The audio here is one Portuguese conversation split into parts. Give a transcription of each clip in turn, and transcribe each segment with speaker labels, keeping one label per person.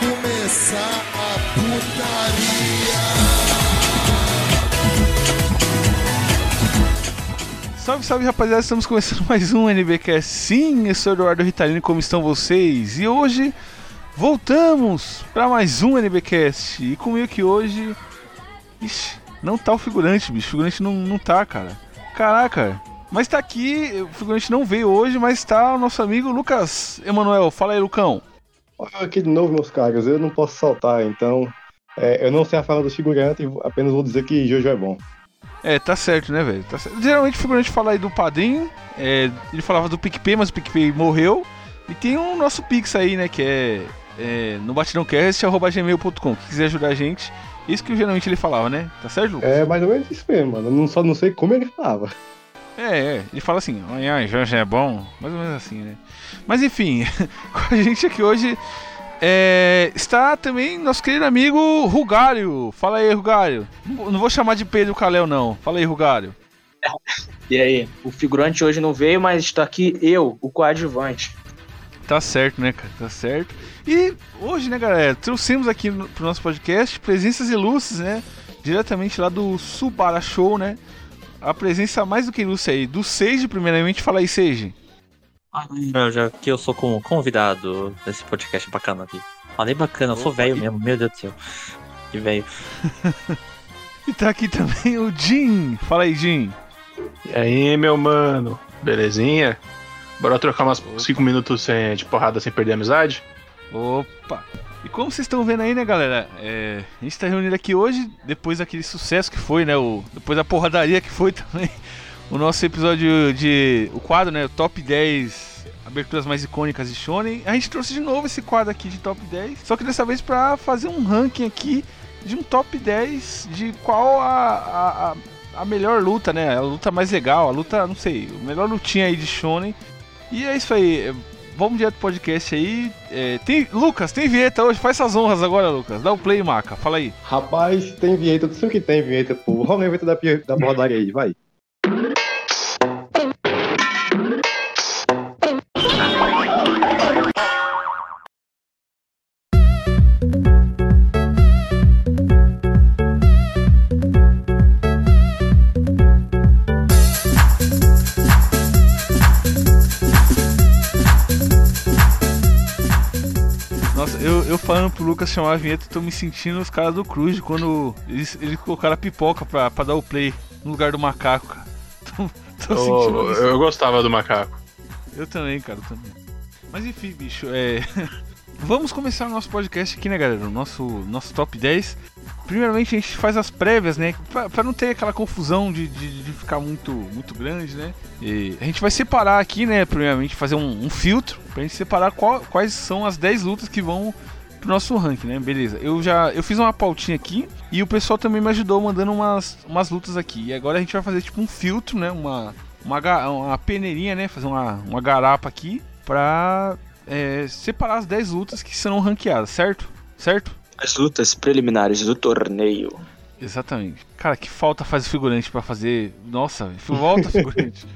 Speaker 1: começar a putaria.
Speaker 2: Salve, salve rapaziada, estamos começando mais um NBcast. Sim, eu sou Eduardo Ritalino, como estão vocês? E hoje voltamos para mais um NBcast. E comigo aqui hoje. Ixi, não tá o figurante, bicho. O figurante não, não tá, cara. Caraca, mas tá aqui, o figurante não veio hoje, mas tá o nosso amigo Lucas Emanuel. Fala aí, Lucão.
Speaker 3: Olha aqui de novo, meus caros, eu não posso saltar, então é, eu não sei a fala do figurante, apenas vou dizer que Jojo é bom.
Speaker 2: É, tá certo, né, velho? Tá certo. Geralmente o figurante fala aí do padrinho, é, ele falava do PicPay, mas o PicPay morreu. E tem o nosso Pix aí, né, que é, é no batidãocast.gmail.com. Quem quiser ajudar a gente, isso que geralmente ele falava, né? Tá certo, Lucas?
Speaker 3: É mais ou menos isso mesmo, mano. Eu não, só não sei como ele falava.
Speaker 2: É, é, ele fala assim, ai, ai, Jorge é bom, mais ou menos assim, né? Mas enfim, com a gente aqui hoje é, está também nosso querido amigo Rugário. Fala aí, Rugário. Não vou- não vou chamar de Pedro Calel, não. Fala aí, Rugário.
Speaker 4: E aí, o figurante hoje não veio, mas estou aqui eu, o coadjuvante.
Speaker 2: Tá certo, né, cara? Tá certo. E hoje, né, galera, trouxemos aqui no, pro nosso podcast presenças ilustres, né? Diretamente lá do Subara Show, né? A presença mais do que ilustre aí, do Seiji, primeiramente. Fala aí, Seiji.
Speaker 5: Não, já que eu sou como convidado desse podcast bacana aqui. Falei bacana, eu sou velho mesmo, meu Deus do céu. Que velho.
Speaker 2: E tá aqui também o Jim. Fala aí, Jim.
Speaker 6: E aí, meu mano, belezinha? Bora trocar umas 5 minutos sem, de porrada sem perder a amizade?
Speaker 2: Opa! E como vocês estão vendo aí, né, galera? É, a gente tá reunido aqui hoje, depois daquele sucesso que foi, né? O, depois da porradaria que foi também. O nosso episódio de. O quadro, né? O top 10 aberturas mais icônicas de Shonen. A gente trouxe de novo esse quadro aqui de top 10. Só que dessa vez pra fazer um ranking aqui de um top 10 de qual a. a, a- a melhor luta, né? A luta mais legal, a luta, não sei, a melhor lutinha aí de Shonen. E é isso aí. é, Vamos direto pro podcast aí. É, tem, Lucas, tem vinheta hoje. Faz essas honras agora, Lucas. Dá o play, maca. Fala aí.
Speaker 3: Rapaz, tem vinheta, tudo que tem vinheta, pô. Rola a vinheta da, pi- da bordaria aí, vai.
Speaker 2: Nossa, eu, eu falando pro Lucas chamar a vinheta, tô me sentindo os caras do Cruz quando eles, eles colocaram a pipoca pra, pra dar o play no lugar do macaco, cara. Tô, tô sentindo
Speaker 6: Eu,
Speaker 2: isso.
Speaker 6: eu gostava do macaco.
Speaker 2: Eu também, cara, eu também. Mas enfim, bicho, é. Vamos começar o nosso podcast aqui, né, galera? O nosso, nosso top 10. Primeiramente, a gente faz as prévias, né? Pra, pra não ter aquela confusão de, de, de ficar muito, muito grande, né? E a gente vai separar aqui, né? Primeiramente, fazer um, um filtro pra gente separar qual- quais são as 10 lutas que vão pro nosso ranking, né? Beleza. Eu já eu fiz uma pautinha aqui e o pessoal também me ajudou mandando umas, umas lutas aqui. E agora a gente vai fazer tipo um filtro, né? Uma, uma, ga- uma peneirinha, né? Fazer uma, uma garapa aqui pra é, separar as 10 lutas que serão ranqueadas, certo? Certo?
Speaker 4: As lutas preliminares do torneio.
Speaker 2: Exatamente. Cara, que falta faz o figurante pra fazer. Nossa, velho. volta figurante.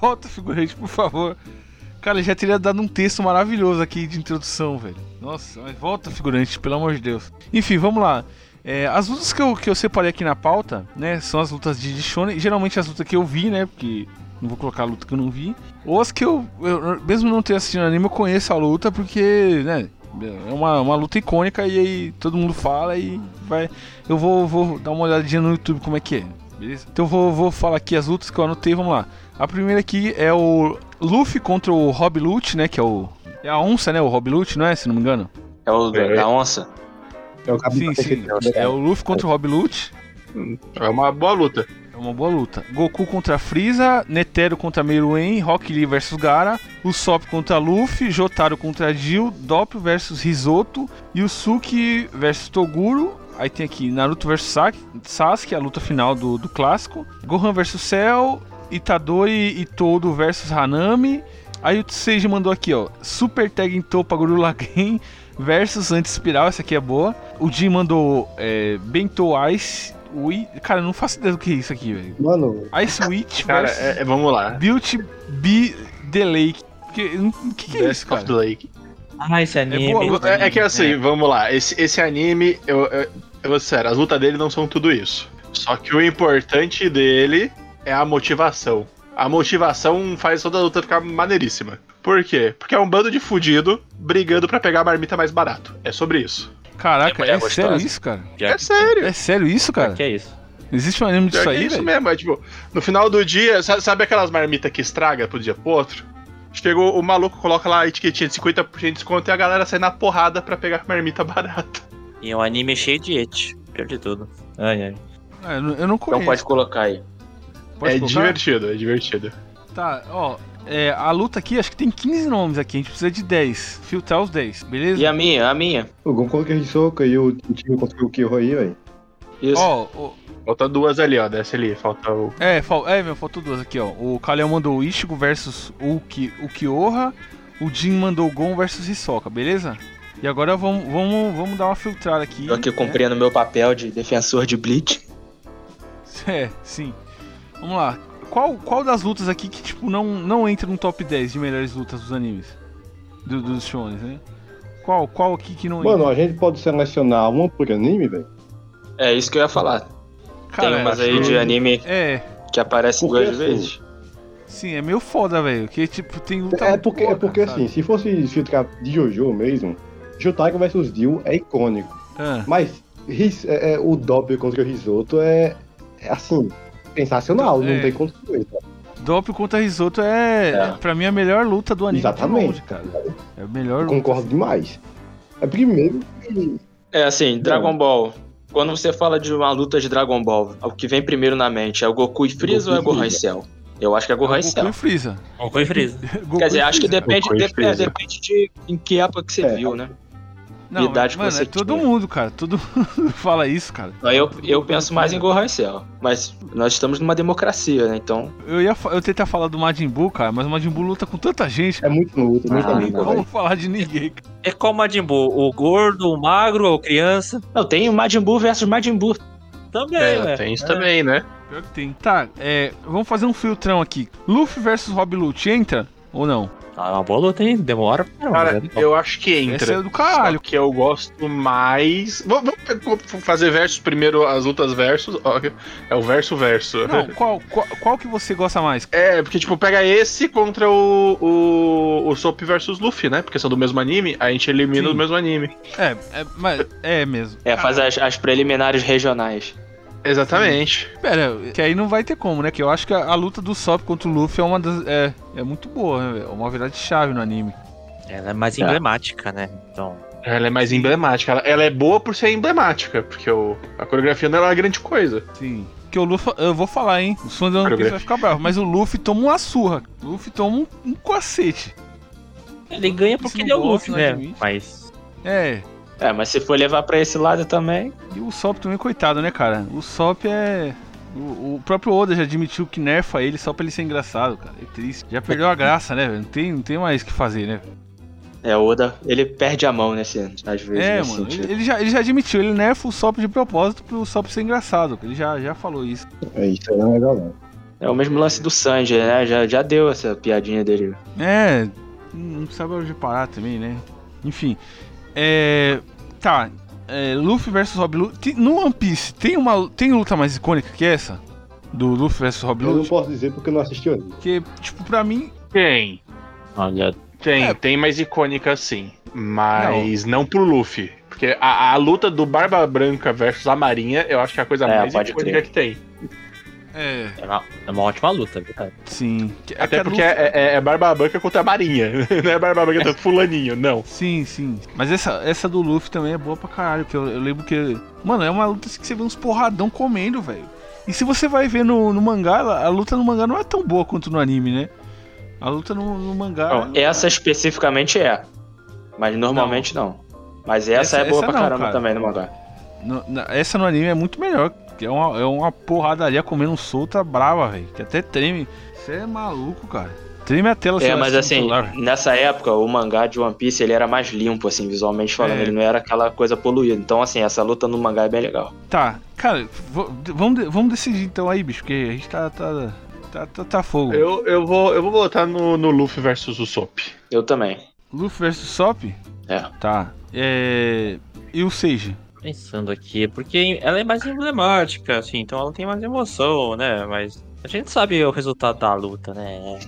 Speaker 2: volta figurante, por favor. Cara, ele já teria dado um texto maravilhoso aqui de introdução, velho. Nossa, mas volta figurante, pelo amor de Deus. Enfim, vamos lá. É, as lutas que eu, que eu separei aqui na pauta, né, são as lutas de de Shonen. Geralmente as lutas que eu vi, né, porque não vou colocar a luta que eu não vi. Ou as que eu, eu mesmo não ter assistido anime, eu conheço a luta porque, né, é uma, uma luta icônica e aí todo mundo fala e vai, eu vou, vou dar uma olhadinha no YouTube como é que é, beleza? Então eu vou, vou falar aqui as lutas que eu anotei, vamos lá. A primeira aqui é o Luffy contra o Rob Lute, né? Que é o. É a onça, né? O Rob Lute, não é? Se não me engano.
Speaker 4: É o
Speaker 6: É.
Speaker 4: da onça?
Speaker 3: É o cabelo
Speaker 2: Sim, sim.
Speaker 3: né?
Speaker 2: É o Luffy contra o Rob Lute.
Speaker 6: É uma boa luta.
Speaker 2: É uma boa luta. Goku contra Freeza, Netero contra Meruem, Rock Lee versus Gara, Usopp contra Luffy, Jotaro contra Jill, Doppio versus Risoto, Yusuke versus Toguro. Aí tem aqui Naruto versus Sa- Sasuke, a luta final do, do clássico. Gohan versus Cell, Itadori e Todo versus Hanami. Aí o Seiji mandou aqui, ó. Super Tag em Topa Guru Lagen versus Anti-Espiral, essa aqui é boa. O Jim mandou é, Bento Ice. Ui, cara, eu não faço ideia do que é isso aqui, velho.
Speaker 3: Mano,
Speaker 2: Ice Witch
Speaker 6: Cara,
Speaker 2: versus
Speaker 6: é- é- vamos lá.
Speaker 2: Beauty Be The Lake. Que, o que, que é
Speaker 6: Death
Speaker 2: isso, cara?
Speaker 6: of the Lake.
Speaker 5: Ah, esse anime.
Speaker 2: boa luta,
Speaker 6: É, é que assim, vamos lá. Esse, esse anime, eu, eu, eu vou ser sério, as lutas dele não são tudo isso. Só que o importante dele é a motivação. A motivação faz toda a luta ficar maneiríssima. Por quê? Porque é um bando de fudido brigando pra pegar a marmita mais barato. É sobre isso.
Speaker 2: Caraca,
Speaker 5: mulher
Speaker 2: é sério
Speaker 5: gostosa.
Speaker 2: isso, cara?
Speaker 5: Pior
Speaker 6: É
Speaker 5: que-
Speaker 6: sério.
Speaker 2: É sério isso,
Speaker 5: pior
Speaker 2: cara?
Speaker 5: que é isso.
Speaker 2: Existe um anime
Speaker 6: Pior
Speaker 2: disso
Speaker 6: que
Speaker 2: aí,
Speaker 6: isso
Speaker 2: velho?
Speaker 6: mesmo, é tipo, no final do dia, sa- sabe aquelas marmitas que estraga pro dia pro outro? Chegou, o maluco coloca lá a etiquetinha de 50% de desconto e a galera sai na porrada pra pegar a marmita barata.
Speaker 5: E é um anime cheio de et. Pior de tudo. Ai, ai.
Speaker 2: Ah, eu não- eu não
Speaker 4: Então
Speaker 2: conheço.
Speaker 4: pode colocar aí.
Speaker 2: Pode
Speaker 6: é
Speaker 2: colocar?
Speaker 6: divertido, é divertido.
Speaker 2: Tá, ó. é, a luta aqui, acho que tem 15 nomes aqui, a gente precisa de 10. Filtrar os 10, beleza?
Speaker 4: E é a minha, a minha.
Speaker 3: O Gon contra o Hisoka e o Tio contra o Kyo aí, velho.
Speaker 4: Isso.
Speaker 2: Ó, o-
Speaker 6: Falta duas ali, ó, desce ali, falta o...
Speaker 2: é, fal- é, meu, faltou duas aqui, ó. O Kaleo mandou o Ishigo versus o, Ki, o Kyoha. O Jin mandou o Gon versus Hisoka, beleza? E agora vamos, vamos, vamos dar uma filtrada aqui.
Speaker 4: Eu aqui
Speaker 2: né?
Speaker 4: cumprindo meu papel de defensor de Bleach.
Speaker 2: É, sim. Vamos lá. Qual, qual das lutas aqui que, tipo, não, não entra no top 10 de melhores lutas dos animes? Do- dos shonens, né? Qual, qual aqui que não
Speaker 3: Mano, a gente pode selecionar uma por anime, velho?
Speaker 4: É isso que eu ia falar.
Speaker 2: entra?
Speaker 4: Tem umas aí
Speaker 2: acho-
Speaker 4: de anime
Speaker 2: É,
Speaker 4: que aparecem
Speaker 3: Por que
Speaker 4: duas
Speaker 3: assim?
Speaker 4: vezes.
Speaker 2: sim, é meio foda, velho. Que, tipo, tem luta
Speaker 3: é
Speaker 2: muito
Speaker 3: porque,
Speaker 2: boa,
Speaker 3: é porque
Speaker 2: cara,
Speaker 3: assim, se fosse filtrar de Jojo mesmo, Jutaigo versus Dio é icônico.
Speaker 2: sabe?
Speaker 3: Mas Ris- é, é, o Doppel contra o risoto é, é, assim, sensacional,
Speaker 2: É.
Speaker 3: não tem como dizer, tá?
Speaker 2: Ah, Doppio contra Risoto é,
Speaker 4: É.
Speaker 2: pra mim, a melhor luta do anime. de
Speaker 3: Exatamente,
Speaker 2: longe, cara. É a melhor
Speaker 3: Eu
Speaker 2: luta.
Speaker 3: concordo demais. É primeiro que
Speaker 4: É assim, Dragon Ball. Quando você fala de uma luta de Dragon Ball, o que vem primeiro na mente é o Goku e Freeza ou
Speaker 3: Goku
Speaker 4: é
Speaker 3: e
Speaker 4: o Gohan e
Speaker 3: Freeza.
Speaker 4: Cell? Eu acho que é Gohan e
Speaker 2: Goku
Speaker 4: Cell.
Speaker 2: e Freeza.
Speaker 5: Goku e Freeza.
Speaker 2: Goku
Speaker 4: Quer dizer,
Speaker 2: e
Speaker 4: acho que
Speaker 2: Freeza.
Speaker 4: depende,
Speaker 6: Goku e
Speaker 4: dep- é,
Speaker 6: Freeza.
Speaker 4: depende de em que época que você
Speaker 3: É.
Speaker 4: viu, né?
Speaker 2: Não,
Speaker 4: idade que
Speaker 2: mano,
Speaker 4: você
Speaker 2: é todo
Speaker 4: tinha.
Speaker 2: mundo, cara. Todo mundo fala isso, cara.
Speaker 4: Aí Eu, eu penso mais em Gohan e Cell. Mas nós estamos numa democracia, né? Então,
Speaker 2: Eu ia fa- eu tentar falar do Majin Buu, cara, mas o Majin Buu luta com tanta gente.
Speaker 3: é muito luta, muito
Speaker 4: Ah,
Speaker 3: luta, né?
Speaker 4: não.
Speaker 3: velho.
Speaker 2: Vamos falar de ninguém. cara.
Speaker 5: É qual Majin Buu? O gordo, o magro, ou criança?
Speaker 4: não, tem o Majin Buu versus Majin Buu.
Speaker 5: Também,
Speaker 6: É,
Speaker 5: velho.
Speaker 6: tem isso também, né?
Speaker 2: Pior que tem. Tá, é, vamos fazer um filtrão aqui. Luffy versus Rob Lute entra ou não?
Speaker 5: Ah, uma boa luta, hein? Demora pra caramba,
Speaker 6: Cara,
Speaker 5: mas é bom.
Speaker 6: eu acho que entra.
Speaker 2: Essa é do caralho.
Speaker 6: Só que eu gosto mais... Vamos vamos fazer versus primeiro, as lutas versus. ó, É o verso-verso.
Speaker 2: Não, qual, qual, qual que você gosta mais?
Speaker 6: É, porque, tipo, pega esse contra o, o, o Soap versus Luffy, né? Porque são do mesmo anime, a gente elimina
Speaker 2: Sim.
Speaker 6: o mesmo anime.
Speaker 2: É, é, mas, é mesmo.
Speaker 4: É, faz as, as preliminares regionais.
Speaker 6: Exatamente.
Speaker 2: Pera, que aí não vai ter como, né? Que eu acho que a, a luta do Sop contra o Luffy é uma das. É, é muito boa, né? velho? É uma virada de chave no anime.
Speaker 5: Ela é mais
Speaker 4: Tá.
Speaker 5: emblemática, né? Então,
Speaker 6: Ela é mais emblemática. Ela, ela é boa por ser emblemática, porque o, a coreografia não é grande coisa.
Speaker 2: Sim. Que o Luffy. Eu vou falar, hein? é Os fãs do One Piece um vai ficar bravos, mas o Luffy toma uma surra. O Luffy toma um, um cacete.
Speaker 5: ele ganha
Speaker 2: Isso
Speaker 5: porque
Speaker 2: não
Speaker 5: ele é o
Speaker 2: gosta,
Speaker 5: Luffy,
Speaker 2: né,
Speaker 5: né?
Speaker 2: de mim?
Speaker 5: Mas
Speaker 2: É,
Speaker 4: É, mas se for levar pra esse lado também.
Speaker 2: E o Sop também, coitado, né, cara? O Sop é. O, o próprio Oda já admitiu que nerfa ele só pra ele ser engraçado, cara. É triste. Já perdeu a graça, né, velho? Não tem, não tem mais o que fazer, né?
Speaker 4: É, o Oda, ele perde a mão nesse, às vezes.
Speaker 2: É,
Speaker 4: nesse
Speaker 2: mano.
Speaker 4: sentido.
Speaker 2: Ele, ele já, ele já admitiu, ele nerfa o Sop de propósito pro Sop ser engraçado. cara. Ele já, já falou isso.
Speaker 3: É isso, aí não é legal, não.
Speaker 4: É o mesmo lance do Sanji, né? Já, já deu essa piadinha dele.
Speaker 2: É. Não sabe onde parar também, né? Enfim. É. Tá. É, Luffy versus Rob Lute. No One Piece, tem uma tem luta mais icônica que essa? Do Luffy versus Rob
Speaker 3: Eu não
Speaker 2: Lute?
Speaker 3: posso dizer porque eu não assisti o anime.
Speaker 2: Porque, tipo, pra mim,
Speaker 6: Tem.
Speaker 5: olha,
Speaker 6: Tem,
Speaker 2: É.
Speaker 6: tem mais icônica sim. Mas não, pro Luffy. Porque a, a luta do Barba Branca versus a Marinha, eu acho que é a coisa
Speaker 4: É,
Speaker 6: mais
Speaker 4: pode
Speaker 6: icônica
Speaker 4: crer.
Speaker 6: que tem.
Speaker 2: É,
Speaker 5: é uma, é uma ótima luta, cara.
Speaker 2: sim. Que- é que
Speaker 6: Até
Speaker 2: a
Speaker 6: porque
Speaker 2: Luffy-
Speaker 6: é, é- é Barba Branca contra a Marinha. Não é Barba Branca contra Fulaninho, não.
Speaker 2: Sim, sim. Mas essa, essa do Luffy também é boa pra caralho. Porque eu, eu lembro que. Mano, é uma luta que você vê uns porradão comendo, velho. E se você vai ver no, no mangá, a a luta no mangá não é tão boa quanto no anime, né? A luta no, no mangá.
Speaker 4: Não, essa especificamente é. Mas normalmente não. Mas essa,
Speaker 2: Essa-
Speaker 4: é boa
Speaker 2: essa
Speaker 4: pra
Speaker 2: não,
Speaker 4: caramba
Speaker 2: cara.
Speaker 4: também no mangá.
Speaker 2: no- na- essa no anime é muito melhor. que É uma, é uma porradaria comendo um solta brava, velho. Que até treme. Você é maluco, cara. Treme a tela
Speaker 4: É,
Speaker 2: você assiste
Speaker 4: mas
Speaker 2: no
Speaker 4: assim,
Speaker 2: celular, velho.
Speaker 4: nessa época, o mangá de One Piece ele era mais limpo, assim, visualmente falando.
Speaker 2: É.
Speaker 4: Ele não era aquela coisa poluída. Então, assim, essa luta no mangá é bem legal.
Speaker 2: Tá, cara, v- vamos, de- vamos decidir então aí, bicho, porque a gente tá. Tá, tá, tá, tá fogo.
Speaker 6: Eu, eu, vou, eu vou votar no, no Luffy versus o Sop.
Speaker 4: Eu também.
Speaker 2: Luffy versus Sop?
Speaker 4: É.
Speaker 2: Tá. É... E o Sage?
Speaker 5: Pensando aqui, porque ela é mais emblemática, assim, então ela tem mais emoção, né? Mas a gente sabe o resultado da luta, né?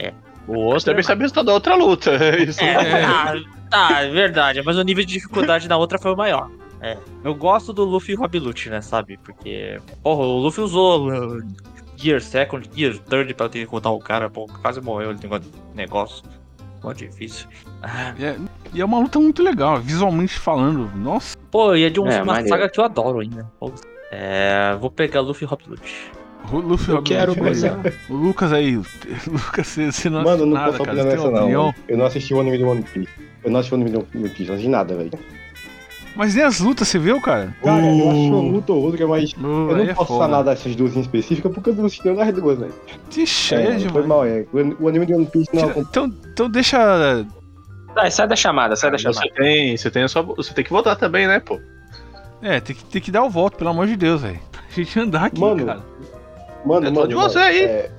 Speaker 5: É. O
Speaker 6: Você
Speaker 5: outro.
Speaker 6: também sabe o resultado da outra luta. Isso.
Speaker 5: É, tá, tá, é verdade. Mas o nível de dificuldade na outra foi o maior. É. Eu gosto do Luffy e Rob Lute, né, sabe? Porque. Porra, o Luffy usou uh, Gear Second, Gear Third pra ter que contar o cara, pô, quase morreu ele tem um negócio. Mó difícil. Ah,
Speaker 2: E é, e é uma luta muito legal, visualmente falando. Nossa,
Speaker 5: Pô, e é de um-
Speaker 4: É,
Speaker 5: uma
Speaker 4: maneiro.
Speaker 5: saga que eu adoro ainda. É. Vou pegar Luffy e Rob Lute.
Speaker 2: o Luffy
Speaker 3: Eu
Speaker 2: Robin
Speaker 3: quero
Speaker 2: Hood,
Speaker 3: começar.
Speaker 2: velho. O Lucas aí, o- Lucas, você, você não
Speaker 3: Mano, eu
Speaker 2: assiste
Speaker 3: não
Speaker 2: nada,
Speaker 3: posso
Speaker 2: cara.
Speaker 3: opinar
Speaker 2: Você tem
Speaker 3: nessa,
Speaker 2: uma
Speaker 3: não.
Speaker 2: opinião.
Speaker 3: Eu não assisti o anime de One Piece. Eu não assisti o anime de One Piece, não assisti nada, velho.
Speaker 2: Mas nem as lutas, você viu, cara?
Speaker 3: Cara, eu acho
Speaker 2: Uh.
Speaker 3: uma luta ou outra, mas
Speaker 2: Uh,
Speaker 3: eu
Speaker 2: aí
Speaker 3: não
Speaker 2: é
Speaker 3: posso
Speaker 2: foda.
Speaker 3: falar nada dessas duas em específico porque eu não assisti nenhuma das duas, velho.
Speaker 2: Ixi, aí é,
Speaker 3: É, foi
Speaker 2: demais.
Speaker 3: mal, é. O o anime de One Piece não é um
Speaker 2: Tira- Então, então deixa.
Speaker 4: Vai, sai da chamada, sai da chamada.
Speaker 6: Você tem, você tem a sua, você tem que votar também, né, pô?
Speaker 2: É, tem que, tem que dar o voto, pelo amor de Deus, velho. Pra gente andar aqui,
Speaker 3: Mano.
Speaker 2: cara.
Speaker 3: Mano,
Speaker 6: É só
Speaker 3: mano,
Speaker 6: de
Speaker 3: mano,
Speaker 6: você aí.
Speaker 3: É,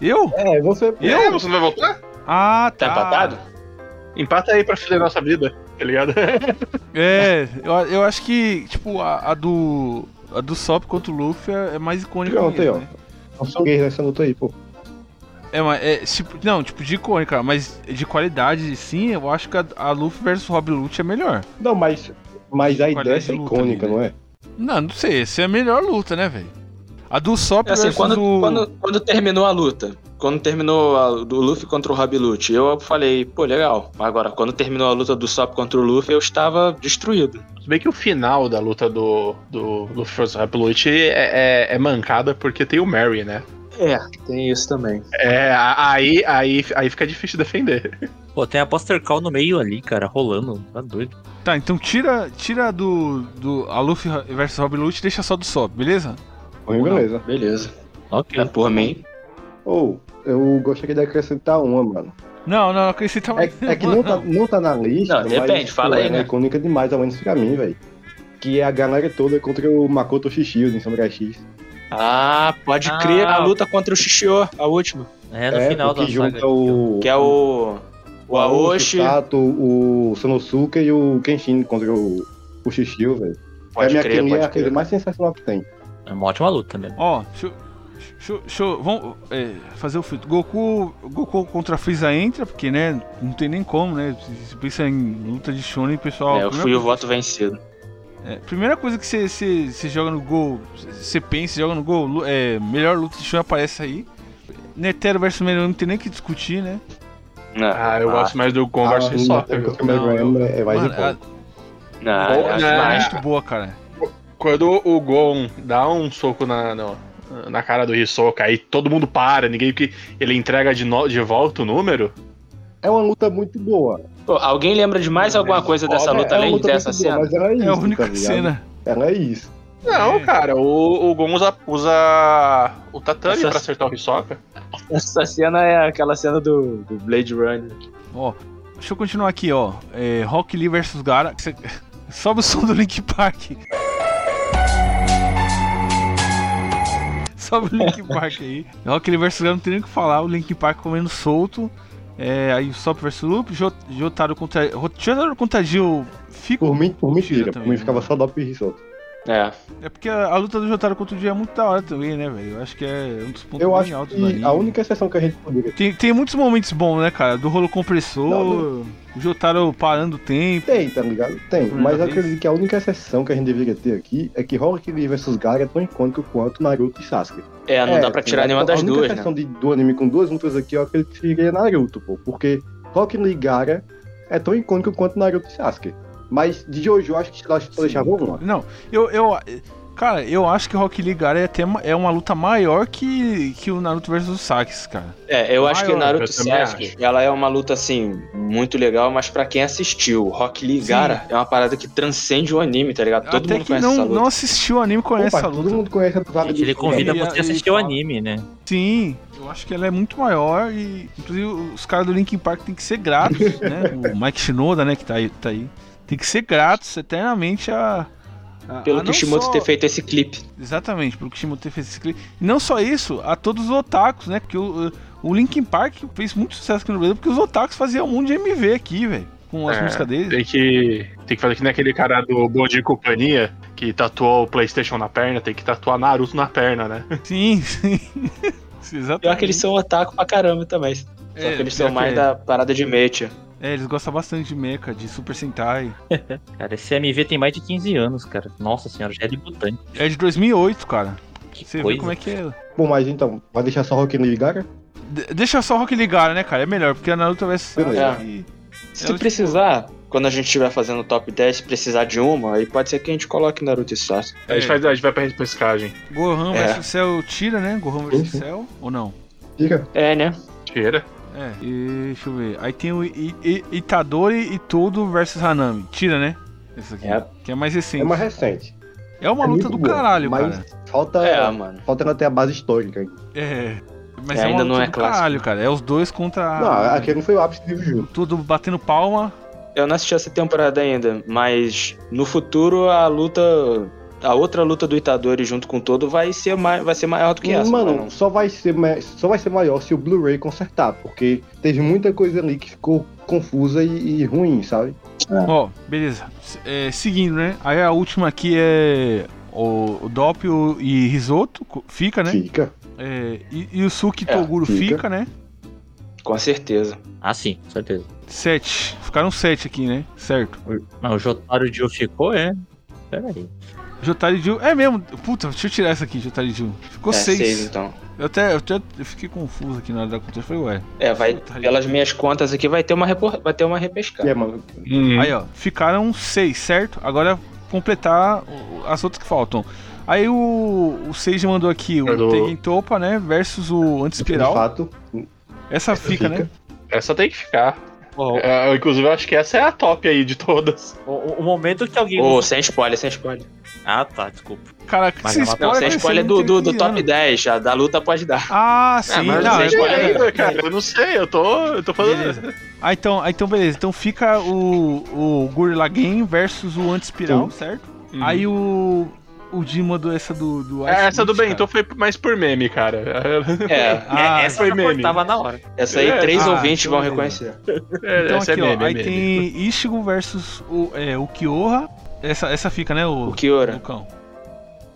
Speaker 2: Eu?
Speaker 3: é, você.
Speaker 6: E aí, você não vai votar?
Speaker 2: Ah, tá.
Speaker 4: Tá empatado?
Speaker 6: Empata aí pra fazer a nossa vida, tá ligado?
Speaker 2: É, eu, eu acho que, tipo, a, a do. A do Sop contra o Luffy é, é mais icônica.
Speaker 3: Pronto, aí,
Speaker 2: mesmo,
Speaker 3: ó.
Speaker 2: né?
Speaker 3: Eu sou gay nessa luta aí, pô.
Speaker 2: É, mas é, tipo, não, tipo, de icônica, mas de qualidade, sim, eu acho que a, a Luffy versus Rob Lute é melhor.
Speaker 3: Não, mas, mas a
Speaker 2: Qualidade
Speaker 3: ideia é
Speaker 2: de luta
Speaker 3: icônica,
Speaker 2: ali,
Speaker 3: não
Speaker 4: né?
Speaker 3: é?
Speaker 2: Não, não sei, essa é a melhor luta, né, velho? A do Sop
Speaker 4: É assim,
Speaker 2: versus
Speaker 4: quando,
Speaker 2: o...
Speaker 4: quando, quando terminou a luta, quando terminou a do Luffy contra o Rob Lute, eu falei, pô, legal. Agora, quando terminou a luta do Sop contra o Luffy, eu estava destruído.
Speaker 6: Se bem que o final da luta do, do Luffy vs Raploid é, é, é mancada porque tem o Mary, né?
Speaker 4: É, tem isso também.
Speaker 6: É, a- aí, aí, aí fica difícil defender.
Speaker 5: Pô, tem a Buster Call no meio ali, cara, rolando. Tá doido.
Speaker 2: Tá, então tira, tira a do, do. A Luffy versus Rob Lute e deixa só do Sop, beleza?
Speaker 3: Pô, beleza.
Speaker 4: Beleza.
Speaker 5: Ok.
Speaker 3: Né,
Speaker 4: É por mim.
Speaker 3: Ou, eu gostaria de acrescentar uma, mano.
Speaker 2: Não, não, acrescenta
Speaker 3: É, é que não tá, não tá na lista,
Speaker 4: Não, depende,
Speaker 3: mas pô,
Speaker 4: fala aí,
Speaker 3: ela é
Speaker 4: né?
Speaker 3: icônica demais, ao menos pra mim, velho. Que é a galera toda contra o Makoto Shishio em Samurai X.
Speaker 4: Ah, pode
Speaker 5: Ah.
Speaker 4: crer a luta contra o Shishio, a última.
Speaker 5: É no final
Speaker 3: o
Speaker 5: da
Speaker 3: que
Speaker 5: saga.
Speaker 3: junta o...
Speaker 4: Que é o. O Aoshi.
Speaker 3: O tá? Sato, o Sanosuke e o Kenshin contra o, o Shishio, velho. Pra
Speaker 4: Pode
Speaker 3: mim,
Speaker 4: crer,
Speaker 3: aquele é
Speaker 4: pode
Speaker 3: a coisa
Speaker 4: crer.
Speaker 3: mais sensacional que tem.
Speaker 5: É uma ótima luta mesmo.
Speaker 2: Ó, deixa eu- deixa eu- deixa eu- Vamos é, fazer o filtro. Goku, Goku contra Freeza entra, porque, né? Não tem nem como, né? Se se pensa em luta de Shonen, pessoal.
Speaker 4: É, eu
Speaker 2: primeira
Speaker 4: fui o
Speaker 2: coisa-
Speaker 4: voto vencido.
Speaker 2: é, primeira coisa que você- você você joga no gol, você pensa, joga no gol, lu- é, melhor luta de Shonen aparece aí. Netero versus Melhor não tem nem o que discutir, né?
Speaker 4: Não,
Speaker 6: Ah, eu gosto mais do Gon
Speaker 3: Conversa
Speaker 6: vs Sop. viu?
Speaker 3: É mais
Speaker 2: Mano,
Speaker 3: importante.
Speaker 4: não,
Speaker 6: Bom,
Speaker 4: eu acho
Speaker 6: né?
Speaker 4: mais.
Speaker 2: é muito boa, cara.
Speaker 6: Quando o Gon dá um soco na, no- na cara do Hisoka, aí todo mundo para, ninguém que ele entrega de, no- de volta o número.
Speaker 3: É uma luta muito boa.
Speaker 4: Pô, alguém lembra de mais alguma coisa dessa
Speaker 6: Ó,
Speaker 4: luta
Speaker 3: é uma
Speaker 4: além
Speaker 3: luta
Speaker 4: dessa
Speaker 3: muito boa,
Speaker 4: cena?
Speaker 3: mas ela é,
Speaker 2: É
Speaker 3: isso,
Speaker 2: a
Speaker 3: tá
Speaker 2: única
Speaker 3: ligado?
Speaker 2: cena.
Speaker 3: Ela é isso.
Speaker 6: Não,
Speaker 2: É.
Speaker 6: cara, o, o Gon usa, usa o tatame
Speaker 4: Essa-
Speaker 6: pra acertar o Hisoka.
Speaker 4: Essa cena é aquela cena do, do Blade Runner.
Speaker 2: Ó, deixa eu continuar aqui, ó. É, Rock Lee versus Gara. Cê- Sobe o som do Link Park. Sobe o Link Park aí. Rock Lee versus Gara não tem nem o que falar. O Link Park comendo solto. É, aí o Sop versus Loop. Jo- Jotaro contra. Ro- Jotaro contra Gil. Fico.
Speaker 3: Por mim, por mim
Speaker 2: Tira
Speaker 3: tira. Por
Speaker 2: também,
Speaker 3: mim
Speaker 2: né?
Speaker 3: ficava só Dop e Risoto.
Speaker 4: É.
Speaker 2: É porque a, a luta do Jotaro contra o Gil é muito da hora também, né, velho? Eu acho que é um dos pontos
Speaker 3: Eu
Speaker 2: bem
Speaker 3: acho
Speaker 2: altos do
Speaker 3: que
Speaker 2: anime.
Speaker 3: a única exceção que a gente poderia
Speaker 2: Tem, tem muitos momentos bons, né, cara? Do rolo compressor,
Speaker 3: Não, né?
Speaker 2: o Jotaro parando o tempo.
Speaker 3: tem, tá ligado? Tem.
Speaker 2: Primeira
Speaker 3: Mas eu
Speaker 2: vez.
Speaker 3: acredito que a única exceção que a gente deveria ter aqui é que Rock Lee vs Gara é tão icônico quanto Naruto e Sasuke.
Speaker 4: É, não dá pra
Speaker 3: tá
Speaker 4: tirar
Speaker 3: ligado?
Speaker 4: nenhuma
Speaker 3: Então,
Speaker 4: das
Speaker 3: A
Speaker 4: duas,
Speaker 3: única
Speaker 4: né?
Speaker 3: exceção de, do anime com duas lutas aqui eu acredito que seria Naruto, pô. Porque Rock Lee e Gara é tão icônico quanto Naruto e Sasuke. Mas de Jojo, acho que ela deixava uma.
Speaker 2: Não, eu, eu. Cara, eu acho que Rock Lee Gara é, até ma- é uma luta maior que, que o Naruto vs o Sakis, cara.
Speaker 4: É, eu acho que
Speaker 2: Maior,
Speaker 4: Naruto
Speaker 6: eu também
Speaker 4: Sasuke, ela é uma luta, assim, muito legal, mas pra quem assistiu, Rock Lee
Speaker 2: Sim.
Speaker 4: Gara é uma parada que transcende o anime, tá ligado? Todo
Speaker 2: até
Speaker 4: mundo
Speaker 2: que
Speaker 4: conhece essa
Speaker 2: não,
Speaker 4: luta.
Speaker 2: não assistiu o anime conhece
Speaker 3: Opa,
Speaker 2: essa
Speaker 3: todo
Speaker 2: luta.
Speaker 3: mundo conhece a vaga
Speaker 5: Gente, ele
Speaker 3: do-
Speaker 5: convida
Speaker 2: E-
Speaker 5: você
Speaker 2: e
Speaker 5: a assistir o
Speaker 2: fala-
Speaker 5: anime, né?
Speaker 2: Sim, eu acho que ela é muito maior e, inclusive, os caras do Linkin Park tem que ser gratos, né? O Mike Shinoda, né, que tá aí, tá aí. Tem que ser gratos eternamente a, A-
Speaker 4: Pelo
Speaker 2: a não
Speaker 4: Kishimoto
Speaker 2: só-
Speaker 4: ter feito esse clipe.
Speaker 2: Exatamente, pelo Kishimoto ter feito esse clipe. E não só isso, a todos os otakus, né? Porque o, o Linkin Park fez muito sucesso aqui no Brasil, porque os otakus faziam um monte de MV aqui, velho. Com as
Speaker 6: É,
Speaker 2: músicas dele.
Speaker 6: Tem que, tem que fazer que nem aquele cara do Bode de Companhia, que tatuou o PlayStation na perna, tem que tatuar Naruto na perna, né?
Speaker 2: Sim, sim. Sim, Exatamente.
Speaker 4: Pior que eles são otaku pra caramba também. Só
Speaker 2: Uhum. É,
Speaker 4: que eles
Speaker 2: pior
Speaker 4: são
Speaker 2: que
Speaker 4: mais
Speaker 2: é.
Speaker 4: da parada de mecha.
Speaker 2: É, eles gostam bastante de Mecha, de Super Sentai.
Speaker 5: Cara, esse MV tem mais de 15 anos, cara. Nossa senhora, já é debutante.
Speaker 2: É de 2008, cara.
Speaker 5: Que
Speaker 2: Você
Speaker 5: coisa.
Speaker 2: vê como é que é.
Speaker 3: Bom, mas então, vai deixar só Rock no Gara?
Speaker 2: De- deixa só o Rock ligar, né, cara? É melhor, porque a Naruto vai se.
Speaker 3: Beleza.
Speaker 2: e-
Speaker 4: Se
Speaker 2: É, eu-
Speaker 4: precisar, quando a gente estiver fazendo o top 10, se precisar de uma, aí pode ser que a gente coloque Naruto e Sasuke.
Speaker 2: É.
Speaker 6: A gente, faz, a gente vai pra repescagem.
Speaker 2: Gohan
Speaker 4: É.
Speaker 2: vs Cell tira, né? Gohan vs
Speaker 3: Sim, sim.
Speaker 2: Cell, ou não?
Speaker 3: Tira.
Speaker 4: É, né?
Speaker 6: Tira.
Speaker 2: É, e, deixa eu ver. Aí tem o I- I- Itadori e Todo versus Hanami. Tira, né? Esse aqui.
Speaker 4: É.
Speaker 2: Que é mais recente.
Speaker 3: É mais recente. É
Speaker 2: luta
Speaker 3: muito
Speaker 2: do
Speaker 3: boa,
Speaker 2: caralho,
Speaker 3: mas
Speaker 2: cara.
Speaker 3: Falta,
Speaker 4: É, mano.
Speaker 3: falta ela ter a base histórica. ainda.
Speaker 2: É. Mas
Speaker 4: É,
Speaker 2: é, uma
Speaker 4: ainda
Speaker 2: luta
Speaker 4: não é
Speaker 2: do
Speaker 4: clássico.
Speaker 2: caralho, cara. É os dois contra.
Speaker 3: não, é aquele não foi o ápice do livro Júnior.
Speaker 2: Tudo batendo palma.
Speaker 4: Eu não assisti essa temporada ainda, mas no futuro a luta. A outra luta do Itadori junto com todo vai ser, mai, vai ser maior do que essa.
Speaker 3: Mano,
Speaker 4: mano.
Speaker 3: Só, vai ser, ma- só vai ser maior se o Blu-ray consertar, porque teve muita coisa ali que ficou confusa e, e ruim, sabe?
Speaker 2: Ó, beleza. S- é, seguindo, né? Aí a última aqui é. O, o Doppio e Risoto co- fica, né?
Speaker 3: Fica.
Speaker 2: É, e, e o Suki
Speaker 4: É,
Speaker 2: Toguro
Speaker 3: fica.
Speaker 2: fica. né?
Speaker 4: Com certeza. É,
Speaker 5: Ah, sim, com certeza.
Speaker 2: Sete. Ficaram sete aqui, né? Certo.
Speaker 5: Não, o Jotaro Dio ficou, é. Pera aí.
Speaker 2: Jotari Jill. É mesmo. Puta, deixa eu tirar essa aqui, Jotari Jill. Ficou
Speaker 4: é,
Speaker 2: seis.
Speaker 4: seis, então.
Speaker 2: Eu até, eu até eu fiquei confuso aqui na hora da conta. Eu falei, ué.
Speaker 4: É, vai,
Speaker 2: Puta,
Speaker 4: pelas minhas contas aqui, vai ter uma, repor- vai ter uma
Speaker 3: E
Speaker 4: repescada.
Speaker 3: é, mano,
Speaker 2: Aí, ó, ficaram seis, certo? Agora completar o- as outras que faltam. Aí o, o Seiji mandou aqui o
Speaker 6: Eu dou-
Speaker 2: Tegen Topa, né? Versus o
Speaker 3: de
Speaker 2: Antispiral.
Speaker 3: fato,
Speaker 2: Essa fica, né?
Speaker 6: Essa tem que ficar.
Speaker 5: Ó,
Speaker 6: É, inclusive, eu acho que essa é a top aí de todas.
Speaker 5: o, o- o momento que alguém.
Speaker 4: Ô, sem spoiler, sem spoiler.
Speaker 5: Ah, tá, desculpa.
Speaker 2: Caraca,
Speaker 5: Mas
Speaker 2: esse
Speaker 5: é uma-
Speaker 4: Não, sem
Speaker 2: vai ser
Speaker 4: spoiler
Speaker 2: muito
Speaker 4: do, do, do top
Speaker 2: entediante.
Speaker 4: 10, já, da luta pode dar.
Speaker 2: Ah, sim.
Speaker 4: mas
Speaker 2: não,
Speaker 4: sem
Speaker 2: é-
Speaker 6: Sei
Speaker 4: spoiler.
Speaker 6: ainda, cara. Eu não sei, eu tô, eu tô falando.
Speaker 2: Beleza. Ah, então, ah, então beleza. Então fica o, o Gorilla Game versus o Antispiral, certo?
Speaker 4: Hum.
Speaker 6: Uhum.
Speaker 2: Aí o. O Jim mandou essa do. do Ice
Speaker 6: É, essa do
Speaker 2: Beach,
Speaker 6: Bentô foi mais por meme, cara.
Speaker 4: É,
Speaker 2: Ah,
Speaker 5: É, essa
Speaker 6: foi
Speaker 5: eu já
Speaker 6: meme.
Speaker 5: cortava na hora.
Speaker 4: essa aí
Speaker 6: É,
Speaker 4: três
Speaker 2: ah,
Speaker 4: ouvintes vão
Speaker 2: então
Speaker 4: reconhecer.
Speaker 6: É,
Speaker 2: Então
Speaker 6: essa
Speaker 2: aqui,
Speaker 6: é meme,
Speaker 2: ó,
Speaker 6: é
Speaker 2: aí
Speaker 6: meme.
Speaker 2: tem Ishigo versus o, é, o Kyoha. Essa, essa fica, né, o,
Speaker 4: O Kiora.
Speaker 2: Lucão?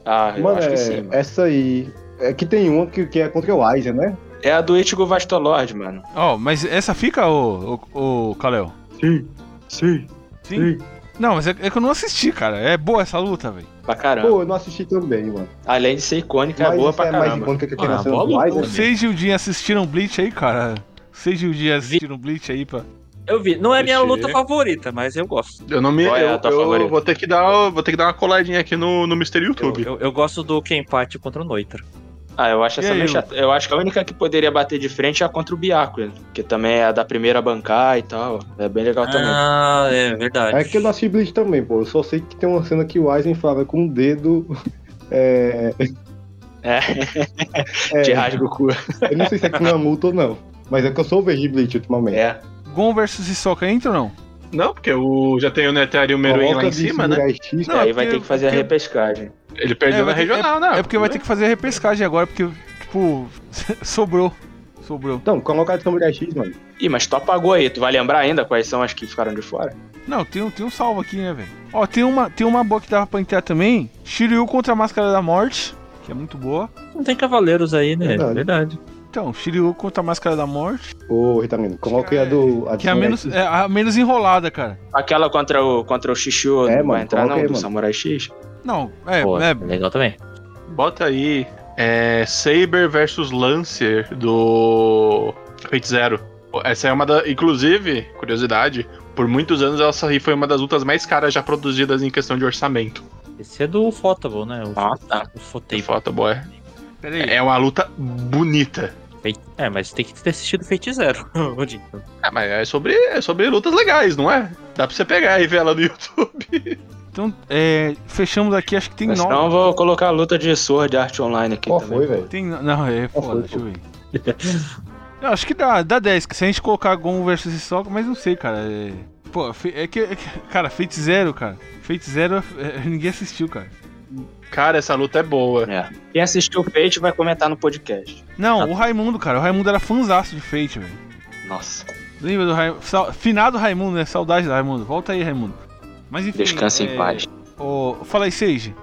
Speaker 4: Ah, eu
Speaker 3: mano
Speaker 4: acho
Speaker 3: é-
Speaker 4: que sim, mano.
Speaker 3: essa aí. É que tem uma que, que é contra o Aizen, né?
Speaker 4: É a do Ichigo Vastolord, mano.
Speaker 2: Ó, mas essa fica, o, o, o Kaleo?
Speaker 3: Sim, sim.
Speaker 2: Sim? Não, mas é, é que eu não assisti, cara. É boa essa luta, velho.
Speaker 4: Pra caramba.
Speaker 3: Pô, eu não assisti também, mano.
Speaker 4: Além de ser icônica, é
Speaker 3: Mas
Speaker 4: boa
Speaker 3: essa
Speaker 4: pra
Speaker 3: é mais
Speaker 4: caramba.
Speaker 3: icônica que
Speaker 5: Ah,
Speaker 3: aquela cena
Speaker 5: bola
Speaker 3: do Aizen.
Speaker 5: boa.
Speaker 2: Vocês e o Jim assistiram Bleach aí, cara? Vocês e o Jim assistiram Bleach aí, pá?
Speaker 5: Eu vi. Não é minha
Speaker 6: Deixa eu
Speaker 2: né?
Speaker 5: luta
Speaker 6: ver.
Speaker 5: favorita, mas eu gosto.
Speaker 6: Eu não me.
Speaker 4: Qual é a
Speaker 6: eu-
Speaker 4: tua
Speaker 6: eu
Speaker 4: favorita?
Speaker 6: vou ter que dar, vou ter que dar uma coladinha aqui no, no Mr.
Speaker 5: Eu,
Speaker 6: YouTube.
Speaker 5: eu- eu gosto do Kenpachi contra o Noitra.
Speaker 4: Ah, eu acho
Speaker 2: E
Speaker 4: essa
Speaker 2: aí,
Speaker 4: meio
Speaker 2: Lu?
Speaker 4: chata. Eu acho que a única que poderia bater de frente é a contra o Byakuya, que também é a da primeira bancar e tal. É bem legal também.
Speaker 5: Ah, é verdade.
Speaker 3: É que eu não assisti Bleach também, pô. Eu só sei que tem uma cena que o Aizen fala com o dedo. É.
Speaker 4: É,
Speaker 3: é
Speaker 4: de rasga o cu.
Speaker 3: eu não sei se é com uma multa ou não. Mas é que eu sou o de Bleach ultimamente.
Speaker 4: É.
Speaker 2: Gon versus Hisoka entra ou não?
Speaker 6: Não, porque o, já tem o Netero e o Meruem lá em cima, né?
Speaker 3: X,
Speaker 2: Não,
Speaker 4: aí
Speaker 2: é
Speaker 4: vai
Speaker 2: porque-
Speaker 4: ter que fazer a
Speaker 2: porque-
Speaker 4: repescagem.
Speaker 6: Ele perdeu
Speaker 2: É, vai
Speaker 6: na
Speaker 2: ter-
Speaker 6: regional, né?
Speaker 2: é porque vai ter que fazer a repescagem agora, porque, tipo, sobrou. Sobrou.
Speaker 3: Então, coloca a Samurai X, mano.
Speaker 4: Ih, mas tu apagou aí. Tu vai lembrar ainda quais são as que ficaram de fora?
Speaker 2: Não, tem, um- tem um salvo aqui, né, velho? Ó, tem uma, tem uma boa que dava pra entrar também. Shiryu contra a Máscara da Morte, que é muito boa.
Speaker 5: Não tem cavaleiros aí, né?
Speaker 3: Verdade.
Speaker 5: verdade.
Speaker 2: Então, Shiryu contra a Máscara da Morte.
Speaker 3: Ô, Ritamino, coloca aí a do. A do
Speaker 2: Que é a
Speaker 3: Samurai
Speaker 2: menos,
Speaker 3: X.
Speaker 2: é a menos enrolada, cara.
Speaker 4: Aquela contra o, contra o Xixu
Speaker 3: É,
Speaker 4: não vai
Speaker 3: mano,
Speaker 4: entrar,
Speaker 3: coloca
Speaker 4: não?
Speaker 3: aí,
Speaker 4: do
Speaker 3: mano.
Speaker 4: Samurai X?
Speaker 2: Não, é,
Speaker 5: Pô,
Speaker 2: é
Speaker 5: legal também.
Speaker 6: Bota aí. É, Saber versus Lancer do. Fate Zero. Essa é uma da. Inclusive, curiosidade, por muitos anos essa aí foi uma das lutas mais caras já produzidas em questão de orçamento.
Speaker 5: Esse é do Fotable, né? O,
Speaker 4: Ah, tá.
Speaker 5: o
Speaker 6: Tem
Speaker 5: Fotable.
Speaker 6: foto, boy.
Speaker 2: Peraí.
Speaker 6: É uma luta bonita.
Speaker 5: Fei- É, mas tem que ter assistido Fate Zero. Odin.
Speaker 6: Ah, mas é sobre, é sobre lutas legais, não é? Dá pra você pegar e ver ela no YouTube.
Speaker 2: Então, é, fechamos aqui, acho que tem
Speaker 4: Mas
Speaker 2: nove.
Speaker 4: Senão eu vou colocar a luta de Sword Art Online aqui
Speaker 2: é
Speaker 3: Qual
Speaker 4: também.
Speaker 3: foi, velho?
Speaker 2: Tem, no- não, é
Speaker 3: Qual
Speaker 2: foda, deixa
Speaker 3: foi,
Speaker 2: eu ver. Eu acho que dá, dá 10. Se a gente colocar Gon versus Hisoka, mas não sei, cara. é- Pô, fe- é que, é que- Cara, Fate Zero, cara. Fate Zero, é- ninguém assistiu, cara.
Speaker 6: Cara, essa luta é boa.
Speaker 4: É. Quem assistiu o Fate vai comentar no podcast.
Speaker 2: Não,
Speaker 5: Ah.
Speaker 2: o Raimundo, cara. O Raimundo era fãzaço de Fate, velho.
Speaker 4: Nossa.
Speaker 2: Lembra do Raimundo? Finado Raimundo, né? Saudade do Raimundo. Volta aí, Raimundo. Mas enfim.
Speaker 4: Descansa
Speaker 2: é,
Speaker 4: em paz.
Speaker 2: ô, fala aí, Sage.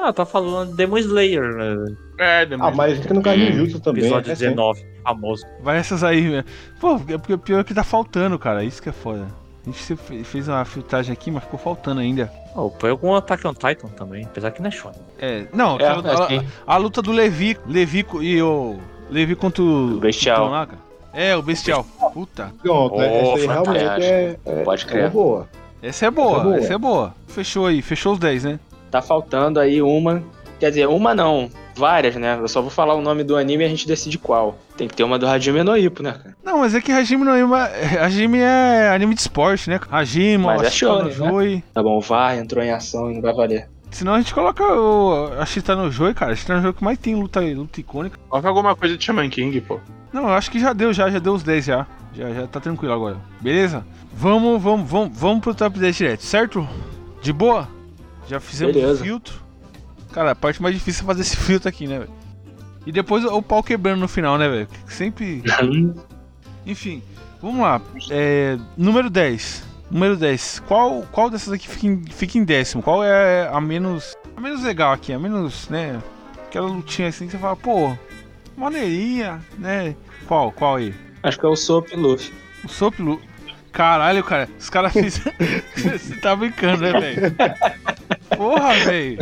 Speaker 5: Ah, tá falando Demon Slayer, né?
Speaker 6: É,
Speaker 3: Ah,
Speaker 6: demais.
Speaker 3: mas entra no caminho justo também.
Speaker 5: episódio
Speaker 3: é sempre.
Speaker 5: 19, famoso.
Speaker 2: Vai essas aí, né? Pô, é porque pior que tá faltando, cara. Isso que é foda. A gente se- fez uma filtragem aqui, mas ficou faltando ainda.
Speaker 5: Oh, põe algum Attack on Titan também, apesar que não é shonen.
Speaker 2: É, não,
Speaker 4: É,
Speaker 2: a, a-
Speaker 4: assim.
Speaker 2: a luta do Levi, Levi co- e o Levi contra o
Speaker 4: O Bestial.
Speaker 2: Titão lá, cara. É, o Bestial. Puta.
Speaker 3: Pronto, né?
Speaker 5: Oh,
Speaker 3: essa aí realmente é,
Speaker 4: fantástico. Pode
Speaker 3: é
Speaker 4: crer.
Speaker 3: boa.
Speaker 2: Essa é boa,
Speaker 3: Essa é boa.
Speaker 2: essa é boa. Fechou aí, fechou os 10, né?
Speaker 4: Tá faltando aí uma. Quer dizer, uma não. Várias, né? Eu só vou falar o nome do anime e a gente decide qual. Tem que ter uma do Hajime no Ippo, né, cara?
Speaker 2: Não, mas é que Hajime não é uma... Hajime é anime de esporte, né? Hajime,
Speaker 4: Mas é
Speaker 2: Ashita no
Speaker 4: shonen, né?
Speaker 2: Joy.
Speaker 4: Tá bom, vai, entrou em ação e não vai valer.
Speaker 2: Senão a gente coloca o Ashita no Joy, cara. Ashita no Joy que mais tem luta, luta icônica.
Speaker 6: Coloca alguma coisa de Shaman King, pô.
Speaker 2: Não, eu acho que já deu, já, já deu os 10 já. Já, já tá tranquilo agora. Beleza? Vamos, vamos, vamos, vamos pro top 10 direto, certo? De boa? Já fizemos
Speaker 4: Beleza.
Speaker 2: o filtro. Cara, a parte mais difícil é fazer esse filtro aqui, né, velho? E depois o pau quebrando no final, né, velho? Que Sempre. Enfim, vamos lá. É, número 10. Número 10. Qual, qual dessas aqui fica em, fica em décimo? Qual é a menos. A menos legal aqui, a menos, né? Aquela lutinha assim que você fala, pô, maneirinha, né? Qual, qual aí?
Speaker 4: Acho que é o Soap e Luffy.
Speaker 2: O Soap Lu... Caralho, cara, os caras fizeram. Você tá brincando, né, velho? Porra, velho.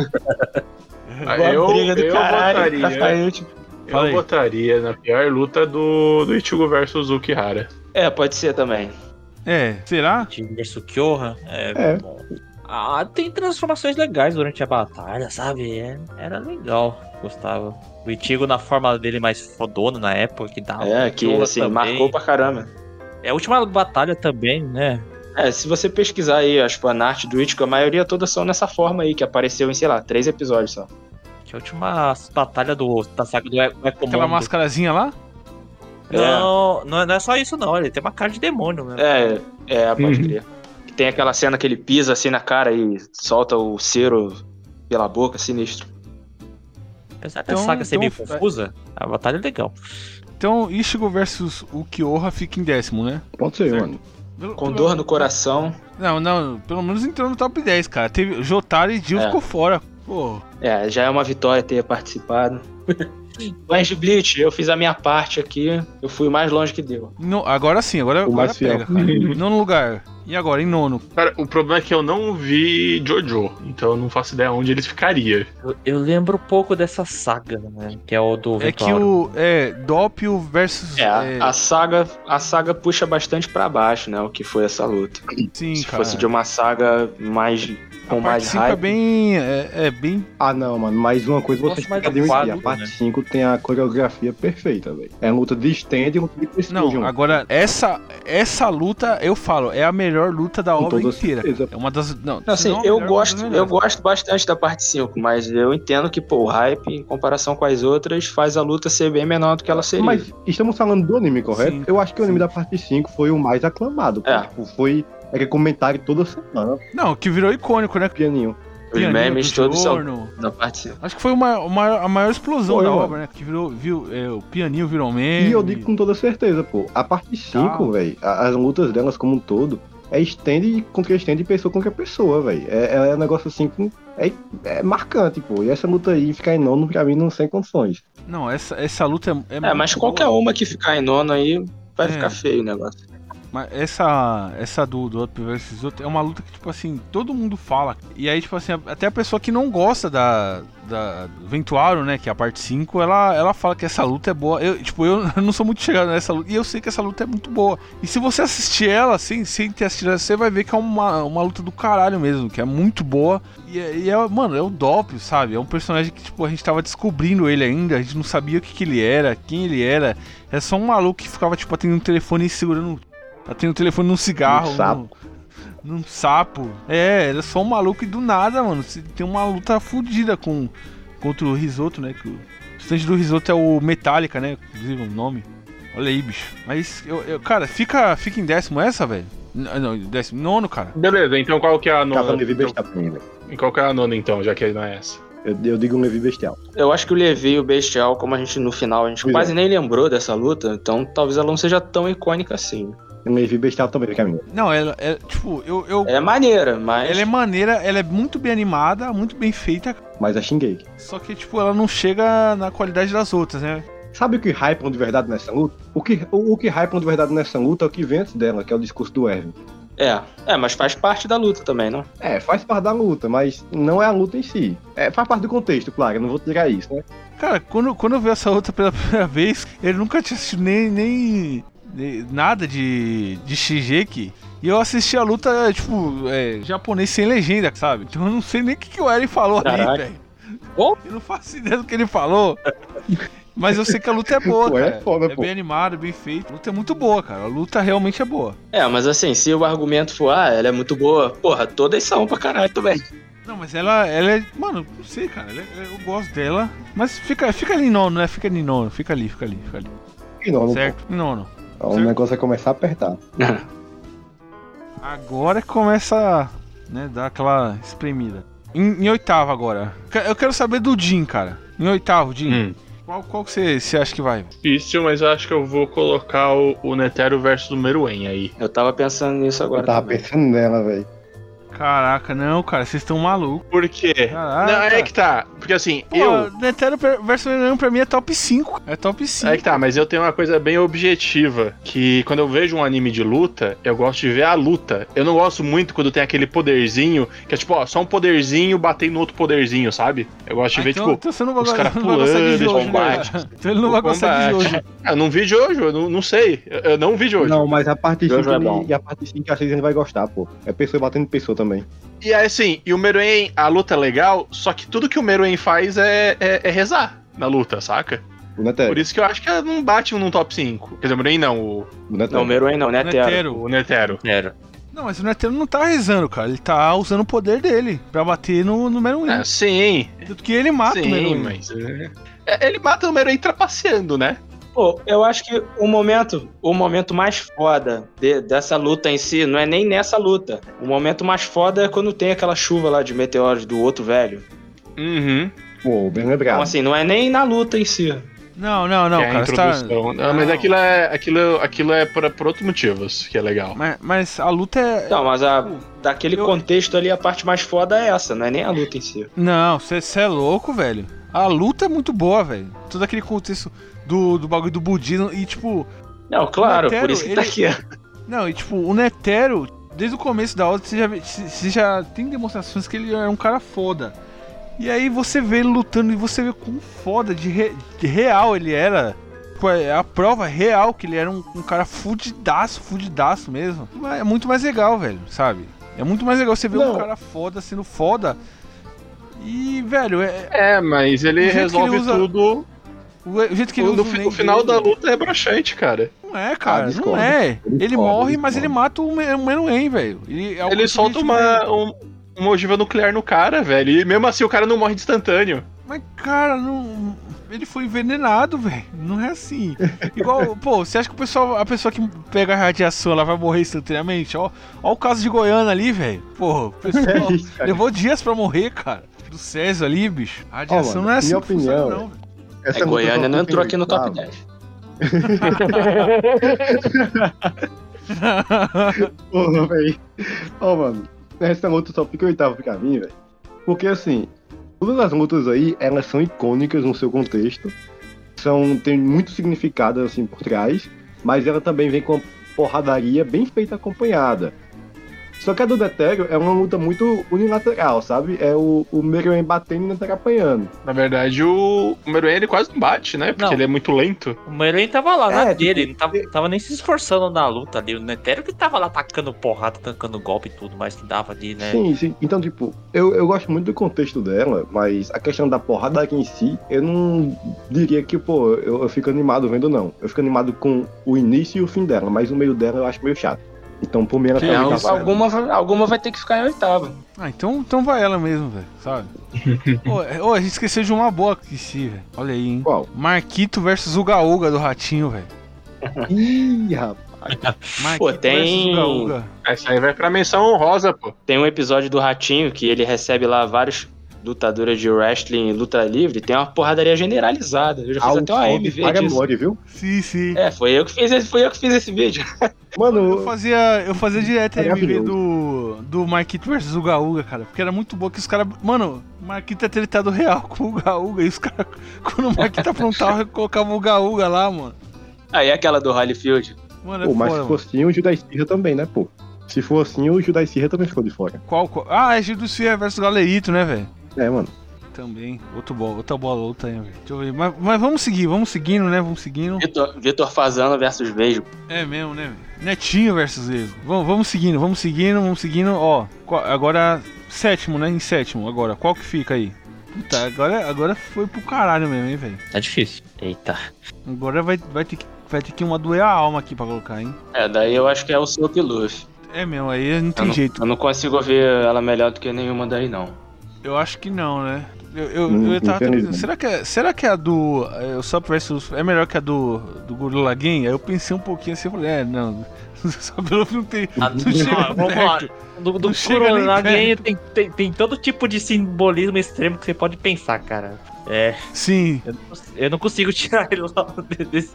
Speaker 6: Ah, eu
Speaker 4: briga do
Speaker 6: eu
Speaker 4: caralho,
Speaker 6: votaria.
Speaker 4: tá saindo, tipo-
Speaker 6: eu
Speaker 2: Fala aí.
Speaker 6: votaria na pior luta do, do Ichigo versus Ukihara.
Speaker 4: É, pode ser também.
Speaker 2: É, será?
Speaker 5: Verso Kyoha, é,
Speaker 3: É.
Speaker 5: bom. Ah, tem transformações legais durante a batalha, sabe? É- era legal, gostava. O Ichigo na forma dele mais fodona na época, que dava.
Speaker 4: É, que
Speaker 5: Kyoha
Speaker 4: assim,
Speaker 5: também.
Speaker 4: marcou pra caramba.
Speaker 5: É a última batalha também, né?
Speaker 4: É, se você pesquisar aí as fanarts do Ichigo, a maioria todas são nessa forma aí, que apareceu em, sei lá, três episódios só.
Speaker 5: Que é a última batalha do, da saga do Eco
Speaker 2: Aquela mascarazinha lá?
Speaker 5: Não, não é- não é só isso não, ele tem uma cara de demônio mesmo.
Speaker 4: É, é, pode
Speaker 6: Uhum.
Speaker 4: crer. Que Tem aquela cena que ele pisa assim na cara e solta o cero pela boca, assim, sinistro.
Speaker 5: Apesar da
Speaker 2: Então-
Speaker 5: saga ser meio
Speaker 2: então-
Speaker 5: confusa, a batalha é legal.
Speaker 2: Então, Ishigo versus Ukiyoha fica em décimo, né?
Speaker 3: Pode ser, mano.
Speaker 2: Pelo-
Speaker 4: Com
Speaker 2: pelo-
Speaker 4: dor no coração.
Speaker 2: Não, não, pelo menos entrou no top 10, cara. Teve Jotaro e Jill
Speaker 4: É.
Speaker 2: ficou fora. Pô,
Speaker 4: É, já é uma vitória ter participado. Mas de Bleach, eu fiz a minha parte aqui, eu fui o mais longe que deu.
Speaker 2: não, agora sim, agora,
Speaker 3: O
Speaker 2: agora
Speaker 3: mais fiel.
Speaker 2: pega, cara. Nono lugar. E agora, em nono?
Speaker 6: Cara, o problema é que eu não vi Jojo, então eu não faço ideia onde eles ficariam.
Speaker 5: Eu, eu lembro um pouco dessa saga, né? Que é o do
Speaker 2: É que o.
Speaker 5: Ventauro.
Speaker 2: É, Doppio versus.
Speaker 4: É, a-
Speaker 2: é,
Speaker 4: a saga, a saga puxa bastante pra baixo, né, o que foi essa luta.
Speaker 2: sim,
Speaker 4: Se
Speaker 2: cara.
Speaker 4: fosse de uma saga mais com
Speaker 2: a parte
Speaker 4: mais
Speaker 2: 5 é
Speaker 4: hype.
Speaker 2: bem. É, é bem.
Speaker 3: Ah, não, mano. Mais uma coisa
Speaker 5: Nossa,
Speaker 3: vocês
Speaker 5: mas
Speaker 3: podem me
Speaker 5: quadro,
Speaker 3: dizer. A parte
Speaker 5: né?
Speaker 3: 5 tem a coreografia perfeita, velho. É luta de stand e luta de prestígio.
Speaker 2: Não, agora, essa, essa luta, eu falo, é a melhor luta da
Speaker 3: Com
Speaker 2: obra
Speaker 3: toda
Speaker 2: inteira.
Speaker 3: certeza.
Speaker 2: É uma das. Não,
Speaker 4: Não, assim,
Speaker 2: se não a
Speaker 4: eu
Speaker 2: melhor, né,
Speaker 4: gosto,
Speaker 2: uma das
Speaker 4: eu
Speaker 2: melhores.
Speaker 4: gosto bastante da parte 5, mas eu entendo que, pô, o hype, em comparação com as outras, faz a luta ser bem menor do que ela seria.
Speaker 3: Mas estamos falando do anime, correto?
Speaker 2: Sim,
Speaker 3: eu acho que o anime
Speaker 2: sim.
Speaker 3: da parte 5 foi o mais aclamado. pô.
Speaker 4: É.
Speaker 3: Tipo, foi. Era comentário toda semana,
Speaker 2: Não, que virou icônico, né?
Speaker 3: pianinho.
Speaker 4: Os
Speaker 2: Pianinho
Speaker 4: memes
Speaker 2: do
Speaker 4: todos são
Speaker 2: Giorno.
Speaker 4: da parte 5.
Speaker 2: Acho que foi uma, uma- a maior explosão
Speaker 3: Foi,
Speaker 2: da
Speaker 3: mano.
Speaker 2: obra, né? Que virou, viu, é, o pianinho virou meme.
Speaker 3: E eu digo com toda certeza, pô. A parte 5,
Speaker 2: Tá.
Speaker 3: velho, a- as lutas delas como um todo, é stand contra stand e pessoa contra pessoa, velho. É, é um negócio assim que é, é marcante, pô. E essa luta aí ficar em nono, pra mim, não sem condições.
Speaker 2: Não, essa, essa luta é.
Speaker 4: É, mas qualquer uma que ficar em nono aí vai
Speaker 2: É.
Speaker 4: ficar feio o negócio.
Speaker 2: Mas essa, essa do, do Up versus outro é uma luta que, tipo assim, todo mundo fala. E aí, tipo assim, até a pessoa que não gosta da, da do Ventuário, né? Que é a parte 5, ela, ela fala que essa luta é boa. Eu, tipo, eu não sou muito chegado nessa luta. E eu sei que essa luta é muito boa. E se você assistir ela, sem, sem ter assistido, você vai ver que é uma, uma luta do caralho mesmo, que é muito boa. E, é- e é, mano, é o Doppio, sabe? É um personagem que, tipo, a gente tava descobrindo ele ainda, a gente não sabia o que, que ele era, quem ele era. É só um maluco que ficava, tipo, atendendo um telefone e segurando. Atendendo o telefone num cigarro.
Speaker 3: Num sapo.
Speaker 2: Num, num sapo. É, era só um maluco e do nada, mano. se- Tem uma luta fodida com, contra o risoto, né? Que o estande do risoto é o Metallica, um né? Inclusive o nome. Olha aí, bicho. Mas, eu, eu- cara, fica, fica em décimo essa, velho? N- Não, décimo nono, cara.
Speaker 6: Beleza, então qual que é
Speaker 4: Tá,
Speaker 6: a
Speaker 3: Capa
Speaker 6: nona?
Speaker 3: Levi Bestial pra mim, velho.
Speaker 6: Então, qual que é a nona, então, já que não é essa?
Speaker 3: Eu, eu digo um Levi Bestial.
Speaker 4: Eu acho que o Levi e o Bestial, como a gente no final, a gente
Speaker 3: Pois
Speaker 2: é.
Speaker 4: quase nem lembrou dessa luta, então talvez ela não seja tão icônica assim.
Speaker 3: Um Levi Bestial também pra mim.
Speaker 2: Não, ela é, tipo, eu, eu
Speaker 4: Ela é maneira, mas.
Speaker 2: ela é maneira, ela é muito bem animada, muito bem feita,
Speaker 3: Mas é a xinguei.
Speaker 2: só que tipo, ela não chega na qualidade das outras, né?
Speaker 3: Sabe o que hypam de verdade nessa luta? O que, o, o que hypam de verdade nessa luta é o que vem antes dela, que é o discurso do Erwin.
Speaker 4: É, é, mas faz parte da luta também, não?
Speaker 3: É, faz parte da luta, mas não é a luta em si. É, faz parte do contexto, claro, eu não vou tirar isso, né?
Speaker 2: Cara, quando, quando eu vi essa outra pela primeira vez, ele nunca tinha assistido nem, nem, nem nada de, de Shigeki. E eu assisti a luta, tipo, é, japonês sem legenda, sabe? Então eu não sei nem o que, que o Eren falou
Speaker 4: Caraca.
Speaker 2: ali, velho.
Speaker 4: Bom.
Speaker 2: Eu não faço ideia do que ele falou. Mas eu sei que a luta é boa,
Speaker 3: Pô, é
Speaker 2: cara.
Speaker 3: foda,
Speaker 2: é
Speaker 3: pô.
Speaker 2: bem animada, bem feita. A luta é muito boa, cara. A luta realmente é boa.
Speaker 4: É, mas assim, se o argumento for, ah, ela é muito boa, porra, todas são pra caralho também.
Speaker 2: Não, mas ela, ela é. Mano, não sei, cara. Ela é- eu gosto dela. Mas fica, fica ali em nono, né? Fica ali em nono. Fica ali, fica ali, fica ali.
Speaker 3: E não, não
Speaker 2: Certo? Em Nono.
Speaker 3: Ó, O negócio é começar a apertar.
Speaker 2: Agora que começa né, dar aquela espremida. Em, em oitavo agora. Que- Eu quero saber do Jim, cara. Em oitavo, Jim.
Speaker 6: Hum.
Speaker 2: Qual, qual que você você acha que vai?
Speaker 6: Difícil, mas eu acho que eu vou colocar o, o Netero versus o Meruem aí.
Speaker 4: Eu tava pensando nisso agora.
Speaker 3: Eu tava
Speaker 4: também.
Speaker 3: pensando nela, velho.
Speaker 2: Caraca, não, cara. Vocês estão malucos.
Speaker 6: Por quê?
Speaker 2: Caraca.
Speaker 6: Não, é que tá. Porque assim,
Speaker 2: Ah. Pô,
Speaker 6: eu.
Speaker 2: Netero per- versus Venom pra mim é top 5. É top 5.
Speaker 6: É que tá, mas eu tenho uma coisa bem objetiva, que quando eu vejo um anime de luta, eu gosto de ver a luta. Eu não gosto muito quando tem aquele poderzinho, que é tipo, ó, só um poderzinho bater no outro poderzinho, sabe? Eu gosto de
Speaker 2: Ah,
Speaker 6: ver,
Speaker 2: então,
Speaker 6: tipo,
Speaker 2: então você não vai,
Speaker 6: os caras
Speaker 2: não vai gostar de
Speaker 6: pulando, de
Speaker 2: Jojo, né,
Speaker 6: combate.
Speaker 2: cara? Então ele não vai gostar de né,
Speaker 6: combate.
Speaker 2: Jojo.
Speaker 6: ah, eu não vi Jojo, eu não, não sei, eu, eu não vi Jojo.
Speaker 3: Não, mas a parte
Speaker 4: Jojo
Speaker 3: 5
Speaker 4: é bom.
Speaker 3: e a parte 5 e a 6 ele vai gostar, pô. É pessoa batendo pessoa também.
Speaker 6: E aí, assim, e o Meruem, a luta é legal, só que tudo que o Meruem faz é, é- é rezar na luta, saca?
Speaker 3: O é, Netero.
Speaker 6: Por isso que eu acho que ela não bate num top 5. Quer dizer, o Meruem não, o,
Speaker 3: O é. Netero.
Speaker 4: Não, Meruem não, né, Tero?
Speaker 2: Netero.
Speaker 6: o Netero.
Speaker 5: Era.
Speaker 2: Não, mas o Netero não tá rezando, cara. Ele tá usando o poder dele pra bater no número 1.
Speaker 6: Ah, sim,
Speaker 2: Tanto que ele mata o número
Speaker 6: Sim,
Speaker 2: 1.
Speaker 6: mas. é, é, Ele mata o Meruem trapaceando, né?
Speaker 4: Pô, eu acho que o momento, o momento mais foda de- dessa luta em si não é nem nessa luta. O momento mais foda é quando tem aquela chuva lá de meteoros do outro velho.
Speaker 6: Uhum.
Speaker 3: Pô, bem
Speaker 4: Então,
Speaker 3: lembrado.
Speaker 4: assim, não é nem na luta em si.
Speaker 2: Não, não, não,
Speaker 6: que é a
Speaker 2: cara. você tá-
Speaker 6: introdução. Não, mas
Speaker 2: Não.
Speaker 6: aquilo é, aquilo, aquilo é por, por outros motivos que é legal.
Speaker 2: Mas, mas a luta é.
Speaker 4: Não, mas a, daquele
Speaker 2: Eu-
Speaker 4: contexto ali, a parte mais foda é essa, não é nem a luta em si.
Speaker 2: Não, você é louco, velho. A luta é muito boa, velho. Todo aquele contexto do, do bagulho do budismo. E, tipo.
Speaker 4: Não, claro,
Speaker 2: Netero,
Speaker 4: por isso que tá
Speaker 2: ele-
Speaker 4: aqui.
Speaker 2: Não, e, tipo, o Netero, desde o começo da aula, você já, vê- você- você já tem demonstrações que ele é um cara foda. E aí você vê ele lutando e você vê quão foda de, re- de real ele era. Tipo, é A prova real que ele era um, um cara fudidaço, fudidaço mesmo. Mas É muito mais legal, velho, sabe? É muito mais legal você ver um
Speaker 3: Não.
Speaker 2: cara foda sendo foda. E, velho, é,
Speaker 6: É, mas
Speaker 2: O
Speaker 6: ele
Speaker 2: jeito que
Speaker 6: resolve
Speaker 2: ele usa-
Speaker 6: tudo.
Speaker 2: o o jeito que ele
Speaker 6: o, do
Speaker 2: usa
Speaker 6: fi-
Speaker 2: nem
Speaker 6: o final
Speaker 2: dele-
Speaker 6: da luta é broxante, cara.
Speaker 2: Não é, cara,
Speaker 3: Ah,
Speaker 2: não
Speaker 3: discordo.
Speaker 2: é.
Speaker 3: Discordo,
Speaker 2: Ele morre, mas ele
Speaker 3: discordo.
Speaker 2: mata o Men- o Menuhen, velho. Ele, é o
Speaker 6: ele
Speaker 2: que
Speaker 6: solta
Speaker 2: a gente vê.
Speaker 6: uma, um- uma ogiva nuclear no cara, velho. E mesmo assim o cara não morre de instantâneo.
Speaker 2: Mas, cara, não. Ele foi envenenado, velho. Não é assim. Igual, pô, você acha que o pessoal, a pessoa que pega a radiação, ela vai morrer instantaneamente? Ó, ó o caso de Goiânia ali, velho. Pô, o pessoal
Speaker 3: É isso, cara.
Speaker 2: levou dias pra morrer, cara. Do Césio ali, bicho. A radiação
Speaker 3: Ó, mano,
Speaker 2: não é assim
Speaker 3: minha
Speaker 2: que funciona,
Speaker 3: opinião, né?
Speaker 2: não, velho.
Speaker 3: Essa
Speaker 4: É,
Speaker 3: luta
Speaker 4: Goiânia não
Speaker 3: eu
Speaker 4: entrou aqui no
Speaker 3: tava-
Speaker 4: top 10.
Speaker 3: Porra, velho. Ó, mano, essa luta só fica oitava pra mim, velho. Porque assim, todas as lutas aí, elas são icônicas no seu contexto. São, tem muito significado assim por trás, mas ela também vem com uma porradaria bem feita acompanhada. Só que a do Detério é uma luta muito unilateral, sabe? É o, o Meruem batendo e o Netero apanhando.
Speaker 6: Na verdade, o, o Meruem ele quase não bate, né? Porque
Speaker 5: Não.
Speaker 6: ele é muito lento.
Speaker 5: O Meruem tava lá,
Speaker 3: É,
Speaker 5: na
Speaker 3: tipo,
Speaker 5: dele, não tava, tava nem se esforçando na luta ali. O Netero que tava lá tacando porrada, tancando golpe e tudo mais que dava ali, né?
Speaker 3: Sim, sim. Então, tipo, eu, eu gosto muito do contexto dela, mas a questão da porrada aqui em si, eu não diria que, pô, eu, eu fico animado vendo, não. Eu fico animado com o início e o fim dela, mas o meio dela eu acho meio chato. Então, por mim, ela
Speaker 2: Que
Speaker 3: também
Speaker 2: isso,
Speaker 3: tá valendo.
Speaker 4: alguma, vai- alguma vai ter que ficar em oitava.
Speaker 2: Ah, então, então vai ela mesmo, velho, sabe? Ô, ô, a gente esqueceu de uma boa que se, velho. Olha aí, hein?
Speaker 3: Qual?
Speaker 2: Marquito versus o Gaúga do Ratinho, velho.
Speaker 3: Ih, rapaz.
Speaker 2: Mas
Speaker 4: Pô,
Speaker 2: que parece
Speaker 4: tem-
Speaker 2: Uga Uga.
Speaker 6: Essa aí vai pra menção honrosa, pô.
Speaker 4: Tem um episódio do Ratinho que ele recebe lá vários lutadores de wrestling e luta livre. Tem uma porradaria generalizada. Eu já
Speaker 6: Ah,
Speaker 4: fiz até uma MV
Speaker 3: paga
Speaker 4: disso.
Speaker 3: mole, viu?
Speaker 2: Sim, sim.
Speaker 4: É, foi eu que fiz esse, foi eu que fiz esse vídeo.
Speaker 2: Eu
Speaker 3: Mano,
Speaker 2: fazia, eu fazia direto a MV
Speaker 3: Maravilhoso.
Speaker 2: do, do Marquito versus o Gaúga, cara. Porque era muito boa que os caras. Mano, o Marquito é tretado real com o Gaúga. E os caras, quando o Marquito aprontava, colocavam o Gaúga lá, mano.
Speaker 4: Aí aquela do Holyfield.
Speaker 2: Mano, é
Speaker 3: pô,
Speaker 2: foda,
Speaker 3: mas se
Speaker 2: mano.
Speaker 3: for assim, o Judas Cirra também, né, pô? Se for assim, o Judas Cirra também ficou de fora.
Speaker 2: Qual, qual? Ah, é Gil do Sierra versus Galerito, né, velho?
Speaker 3: É, mano.
Speaker 2: Também. Outro bola, outra bola, outra, hein, velho. Deixa eu ver. Mas, mas vamos seguir, vamos seguindo, né? Vamos seguindo.
Speaker 4: Vitor, Vitor Fazano versus Vejo.
Speaker 2: É mesmo, né? velho? Netinho versus Ezo. Vamos, vamos seguindo, vamos seguindo, vamos seguindo. Ó, qua- agora sétimo, né? Em sétimo, agora. Qual que fica aí? Puta, agora, agora foi pro caralho mesmo, hein, velho?
Speaker 5: Tá difícil. Eita.
Speaker 2: Agora vai, vai, ter que, vai ter que uma doer a alma aqui pra colocar, hein?
Speaker 4: É, daí eu acho que é o Soap Luffy.
Speaker 2: É mesmo, aí não
Speaker 4: Eu
Speaker 2: tem
Speaker 4: não,
Speaker 2: jeito.
Speaker 4: eu não consigo ouvir ela melhor do que nenhuma daí, não.
Speaker 2: Eu acho que não, né? Eu, eu,
Speaker 3: Hum,
Speaker 2: eu tava até pensando,
Speaker 3: infelizmente.
Speaker 2: será que, é, será que é a do. é, O Sop versus. É melhor que a do, do Guru Laguinha? Aí eu pensei um pouquinho assim e falei, é, não. Só pelo não tem.
Speaker 5: Ah,
Speaker 2: Não chega
Speaker 5: não, vamos lá.
Speaker 2: perto.
Speaker 5: Do, do
Speaker 2: Não chega nem
Speaker 5: Coronavírus tem, tem, tem todo tipo de simbolismo extremo que você pode pensar, cara. É,
Speaker 2: Sim,
Speaker 5: eu não, cons- eu não consigo tirar ele lá de- desse,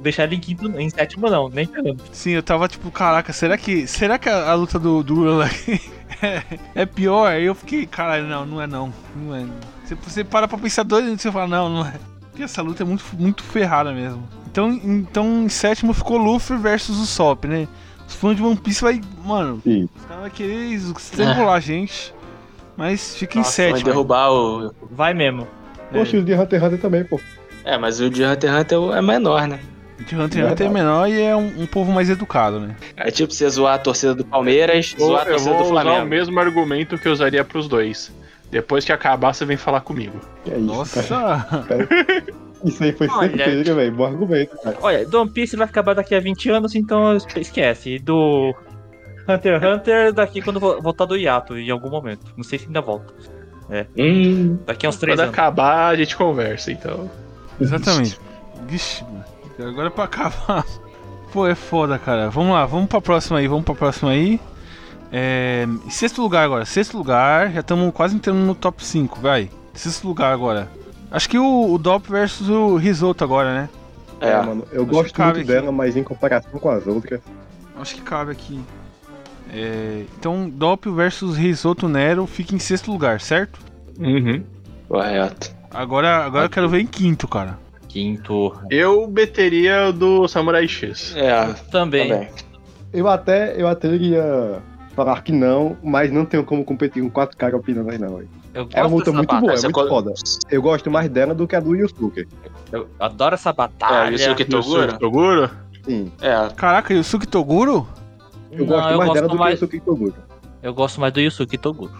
Speaker 5: deixar ele em quinto, em sétimo não, nem ferrando.
Speaker 2: Sim, eu tava tipo, caraca, será que, será que a, a luta do, do Lula é, é pior? Aí eu fiquei, caralho, não, não é não. Não é. Você, você para pra pensar dois minutos e você fala, não, não é. Porque essa luta é muito, muito ferrada mesmo. Então, então em sétimo ficou Luffy versus o Sop, né? Os fãs de One Piece vai. Mano,
Speaker 3: Sim.
Speaker 2: os caras vão querer estrangular a gente. Mas fica em
Speaker 4: Nossa, vai
Speaker 2: sétimo. né?
Speaker 4: derrubar o.
Speaker 5: Vai mesmo.
Speaker 2: É.
Speaker 3: Poxa, os de Hunter x Hunter também, pô.
Speaker 4: É, mas o de Hunter x Hunter é menor, né?
Speaker 2: De Hunter x Hunter é menor e é um, um povo mais educado, né?
Speaker 4: É tipo você zoar a torcida do Palmeiras,
Speaker 6: Eu,
Speaker 4: zoar a
Speaker 6: eu
Speaker 4: torcida
Speaker 6: vou
Speaker 4: do
Speaker 6: usar o
Speaker 4: Flamengo.
Speaker 6: mesmo argumento que eu usaria pros dois. Depois que acabar, você vem falar comigo.
Speaker 3: Que é isso, cara.
Speaker 2: Nossa!
Speaker 3: Isso aí foi
Speaker 5: Olha.
Speaker 3: certeza, velho. Bom argumento, cara.
Speaker 5: Olha, do One Piece vai acabar daqui a 20 anos, então esquece. E do Hunter x Hunter daqui quando vo- voltar do hiato, em algum momento. Não sei se ainda volta.
Speaker 4: Hum,
Speaker 5: Daqui a uns 3
Speaker 6: Quando
Speaker 5: anos.
Speaker 6: acabar, a gente conversa, então.
Speaker 2: Exatamente. Vixe, mano. Agora é pra acabar. Pô, é foda, cara. Vamos lá, vamos pra próxima aí, vamos pra próxima aí. É... em Sexto lugar agora, sexto lugar. Já estamos quase entrando no top 5, vai. Sexto lugar agora. Acho que o, o Dop versus o Risoto agora, né?
Speaker 4: é.
Speaker 3: É, mano. Eu
Speaker 2: Acho que
Speaker 3: gosto
Speaker 2: cabe
Speaker 3: muito
Speaker 2: aqui.
Speaker 3: dela, mas em comparação com as outras.
Speaker 2: Acho que cabe aqui. É, então, Dop versus Risoto Nero fica em sexto lugar, certo?
Speaker 4: Correto.
Speaker 2: Agora, agora eu quero ver em quinto, cara.
Speaker 5: Quinto.
Speaker 6: Eu meteria o do Samurai X.
Speaker 4: É,
Speaker 5: Também.
Speaker 4: também.
Speaker 3: Eu até, eu até iria falar que não, mas não tenho como competir com quatro caras opinando aí, não, velho.
Speaker 5: Eu gosto
Speaker 3: É uma luta
Speaker 5: dessa
Speaker 3: muito
Speaker 5: batalha.
Speaker 3: boa, é
Speaker 4: Essa
Speaker 3: muito
Speaker 4: co-
Speaker 3: foda. Eu gosto mais dela do que a do Yusuke.
Speaker 5: Eu adoro
Speaker 2: Ah,
Speaker 5: essa
Speaker 4: É,
Speaker 5: batalha.
Speaker 4: isso o que Toguro?
Speaker 6: Toguro?
Speaker 3: Sim.
Speaker 4: É,
Speaker 2: Caraca, Yusuke Toguro?
Speaker 3: Eu
Speaker 5: Não,
Speaker 3: gosto
Speaker 5: eu
Speaker 3: mais
Speaker 5: gosto
Speaker 3: dela do
Speaker 5: mais-
Speaker 3: que o Yusuke Toguro.
Speaker 5: Eu gosto mais do Yusuke Toguro.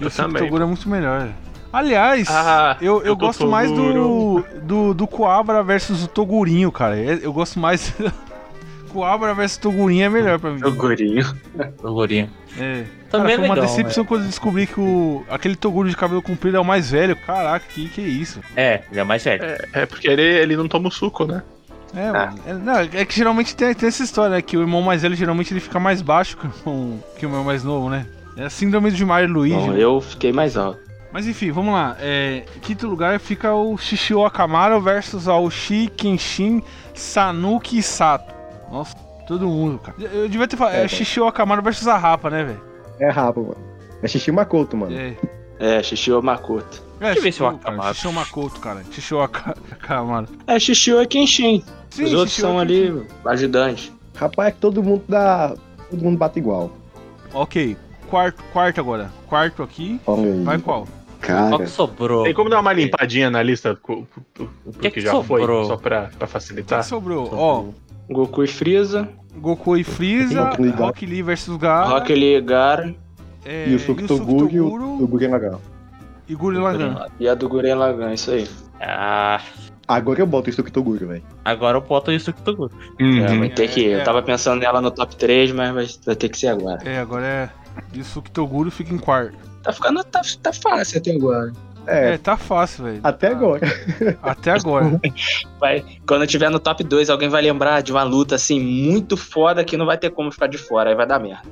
Speaker 6: Eu
Speaker 2: Yusuke
Speaker 6: também.
Speaker 2: Toguro é muito melhor. Aliás,
Speaker 6: Ah,
Speaker 2: eu, eu
Speaker 6: eu tô
Speaker 2: gosto mais do,
Speaker 6: Toguro.
Speaker 2: do, do Coabra versus o Togurinho, cara. É- Eu gosto mais. Coabra versus Togurinho é melhor pra mim.
Speaker 4: Togurinho.
Speaker 5: Togurinho.
Speaker 2: É. Cara,
Speaker 5: Também
Speaker 2: foi uma
Speaker 5: legal, né?
Speaker 2: decepção quando eu descobri que o, aquele Toguro de cabelo comprido é o mais velho. Caraca, que que é isso?
Speaker 5: É, ele é mais velho.
Speaker 6: É, porque ele, ele não toma o suco, né?
Speaker 2: É, mano. é, não, é que geralmente tem, tem essa história, né? Que o irmão mais velho geralmente ele fica mais baixo que o irmão, que o irmão mais novo, né? É a síndrome de Mario e Luigi. né?
Speaker 4: Bom, eu fiquei mais alto.
Speaker 2: Mas enfim, vamos lá. É, em quinto lugar fica o Shishio Akamaro versus Aoshi, Kenshin, Sanuki e Sato. Nossa, todo mundo, cara. Eu devia ter falado.
Speaker 3: É,
Speaker 2: É,
Speaker 3: cara.
Speaker 2: Shishio Akamaro versus a Rapa, né, velho?
Speaker 3: É rápido, mano. É xixi macoto, mano.
Speaker 2: É.
Speaker 4: É, Shishio Makoto.
Speaker 2: É,
Speaker 5: eu ver
Speaker 2: Shishio,
Speaker 5: esse Akamaro.
Speaker 2: cara, Shishio Makoto, cara. Shishio Aka- Akamaro.
Speaker 4: É, Shishio é Kenshin.
Speaker 2: Sim,
Speaker 4: Os outros
Speaker 2: Shishio
Speaker 4: são ali
Speaker 2: Kenshin.
Speaker 4: ajudantes.
Speaker 3: Rapaz, é que todo mundo dá. Todo mundo bate igual.
Speaker 2: Ok, quarto, quarto agora. Quarto aqui.
Speaker 3: Olha aí.
Speaker 2: Vai qual?
Speaker 5: Qual que
Speaker 3: Cara.
Speaker 5: sobrou?
Speaker 6: Tem como dar uma limpadinha na lista pro pro- pro- pro que,
Speaker 5: Que é que
Speaker 6: já
Speaker 5: sobrou?
Speaker 6: foi, só pra, pra
Speaker 2: Quem
Speaker 6: facilitar?
Speaker 2: sobrou? Ó,
Speaker 4: Goku e Freeza.
Speaker 2: Goku e Freeza,
Speaker 3: Rock Lee, Gaara.
Speaker 2: Rock Lee versus Gaara,
Speaker 4: Rock Lee Gara.
Speaker 2: é,
Speaker 3: Yusuke Toguro e o Toguro é legal.
Speaker 2: e Gurren Lagann.
Speaker 4: E a do Guren Lagan, isso aí.
Speaker 5: Ah,
Speaker 3: Agora eu boto o Yusuke Toguro, velho.
Speaker 5: agora eu boto o Yusuke Toguro.
Speaker 4: É,
Speaker 6: Uhum.
Speaker 4: vai ter que ir.
Speaker 2: é.
Speaker 4: Eu tava pensando nela no top 3, mas vai, vai ter que ser agora.
Speaker 2: É, agora é. Yusuke Toguro fica em quarto.
Speaker 4: Tá ficando. Tá, tá fácil até agora.
Speaker 3: É,
Speaker 2: É, tá fácil, velho.
Speaker 3: até
Speaker 2: Tá-
Speaker 3: agora.
Speaker 2: Até agora.
Speaker 4: Vai, quando tiver no top 2, alguém vai lembrar de uma luta assim muito foda que não vai ter como ficar de fora, aí vai dar merda.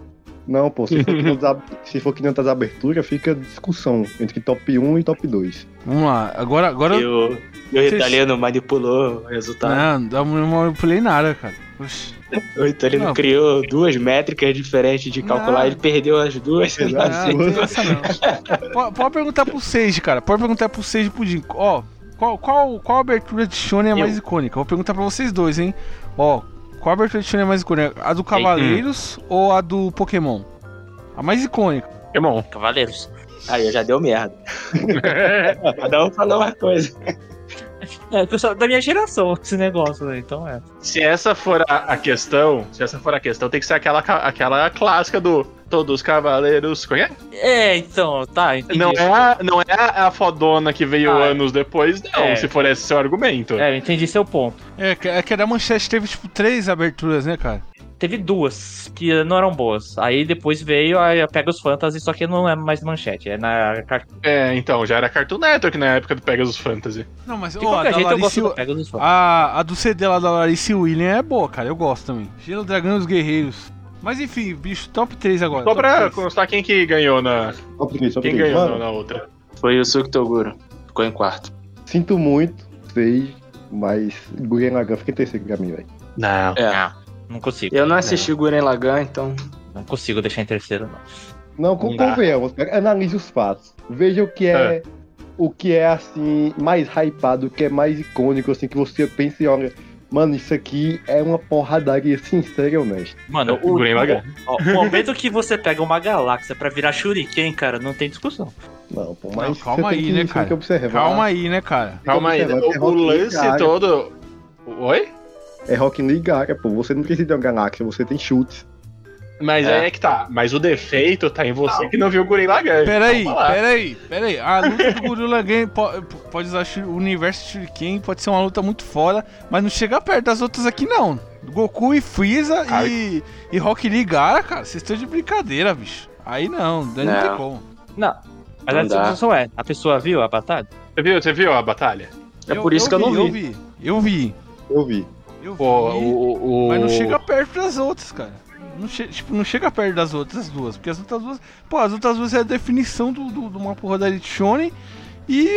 Speaker 3: Não, pô, se for, que nem das- se for que nem das aberturas, fica discussão entre top 1 e top 2.
Speaker 2: Vamos lá. Agora, agora
Speaker 4: E o, e o
Speaker 2: Vocês-
Speaker 4: italiano manipulou o resultado.
Speaker 2: Não, não manipulei nada, cara. Oxi.
Speaker 4: O italiano
Speaker 2: Não.
Speaker 4: então criou duas métricas diferentes de calcular,
Speaker 2: Não.
Speaker 4: ele perdeu as duas. assim.
Speaker 3: Exato.
Speaker 4: Não
Speaker 2: é, Não,
Speaker 4: sei.
Speaker 2: não tem essa não. Po- Pode, perguntar pro Sage, cara. Pode perguntar pro Sage e pro Jim. Ó, qual, qual, qual abertura de Shonen é
Speaker 5: Eu.
Speaker 2: mais icônica? Vou perguntar pra vocês dois, hein. Ó, qual abertura de Shonen é mais icônica? A do Cavaleiros ou a do Pokémon? A mais icônica.
Speaker 6: Pokémon.
Speaker 5: Cavaleiros.
Speaker 4: Aí já deu merda. Cada um falou uma coisa.
Speaker 5: É, pessoal da minha geração, esse negócio, né? Então é.
Speaker 6: Se essa for a, a questão, se essa for a questão, tem que ser aquela, ca- aquela clássica do Todos os Cavaleiros. Conhece?
Speaker 5: É, então, tá, entendi.
Speaker 6: Não é, a, não é a fodona que veio
Speaker 5: Ah, é.
Speaker 6: anos depois, não,
Speaker 5: É.
Speaker 6: se for esse seu argumento.
Speaker 5: É, eu entendi seu ponto.
Speaker 2: É, que- é que a da Manchete teve, tipo, três aberturas, né, cara?
Speaker 5: Teve duas que não eram boas. Aí depois veio a Pega os Fantasy, só que não é mais manchete, é na cartinha.
Speaker 6: É, então, já era Cartoon Network na época do Pegasus Fantasy.
Speaker 2: Não, mas
Speaker 5: De
Speaker 2: ó, a,
Speaker 5: qualquer
Speaker 2: da
Speaker 5: jeito eu
Speaker 2: Larissa,
Speaker 5: gosto do Pega os Fantasy.
Speaker 2: a, a do CD lá da Larissa William é boa, cara. Eu gosto também. Gelo Dragão e os Guerreiros. Mas enfim, bicho, top 3 agora.
Speaker 6: Só
Speaker 2: top
Speaker 6: pra
Speaker 2: três.
Speaker 6: constar quem que ganhou na.
Speaker 3: Só por isso, só por
Speaker 6: Quem
Speaker 3: isso.
Speaker 6: ganhou na,
Speaker 3: Então Mano,
Speaker 6: na outra.
Speaker 4: Foi o Suki Toguro. Ficou em quarto.
Speaker 3: sinto muito, sei, mas Gurren Lagann fica em terceiro pra mim, velho.
Speaker 6: Não.
Speaker 4: É.
Speaker 5: Não consigo.
Speaker 4: Eu não assisti o Guren Lagan, então.
Speaker 5: Não consigo deixar em terceiro, não.
Speaker 3: Não, com-
Speaker 6: Não dá.
Speaker 3: convenhamos, cara, analise os fatos. Veja o que é, o que é assim, mais hypado, o que é mais icônico, assim, que você pensa e olha, mano, isso aqui é uma porradaria sincera e honesta.
Speaker 5: Mano, o,
Speaker 6: Gurren Lagann.
Speaker 5: ó, o momento que você pega uma galáxia pra virar Shuriken, cara, não tem discussão.
Speaker 3: Não, pô,
Speaker 2: Não,
Speaker 3: mas
Speaker 2: calma
Speaker 3: você tem
Speaker 2: aí, né,
Speaker 3: que, você tem
Speaker 2: cara?
Speaker 3: que observar.
Speaker 2: Calma aí, né, cara?
Speaker 6: Calma aí,
Speaker 3: Então, você
Speaker 6: o,
Speaker 3: vai
Speaker 6: o
Speaker 3: ter
Speaker 6: lance
Speaker 3: rock área.
Speaker 6: todo. Oi?
Speaker 3: É Rock League Gaga, pô. Você não precisa de uma galáxia, você tem chutes.
Speaker 6: Mas
Speaker 4: É.
Speaker 6: aí é que tá. Mas o defeito tá em você que não viu o Gurren Lagann.
Speaker 2: Peraí,
Speaker 6: Vamos lá.
Speaker 2: peraí, peraí. A luta do Gorilla Game po- pode usar shuri- o universo Shuriken, pode ser uma luta muito foda, mas não chega perto das outras aqui, não. Goku e Freeza
Speaker 6: Ai.
Speaker 2: e, e Rock Lee Gara, cara, vocês estão de brincadeira, bicho. Aí não, daí não,
Speaker 4: Não.
Speaker 2: tem como.
Speaker 5: Não. Mas a
Speaker 4: Não dá.
Speaker 5: discussão é, a pessoa viu a batalha?
Speaker 6: Você viu, você viu a batalha?
Speaker 4: É por isso que eu não vi.
Speaker 2: Eu vi,
Speaker 3: Eu vi.
Speaker 2: eu vi. Eu vi.
Speaker 6: Pô, o, o,
Speaker 2: Mas não chega perto das outras, cara. Não che- tipo, não chega perto das outras duas. Porque as outras duas. Pô, as outras duas é a definição de do, do, de uma porra da Elite Shonen. E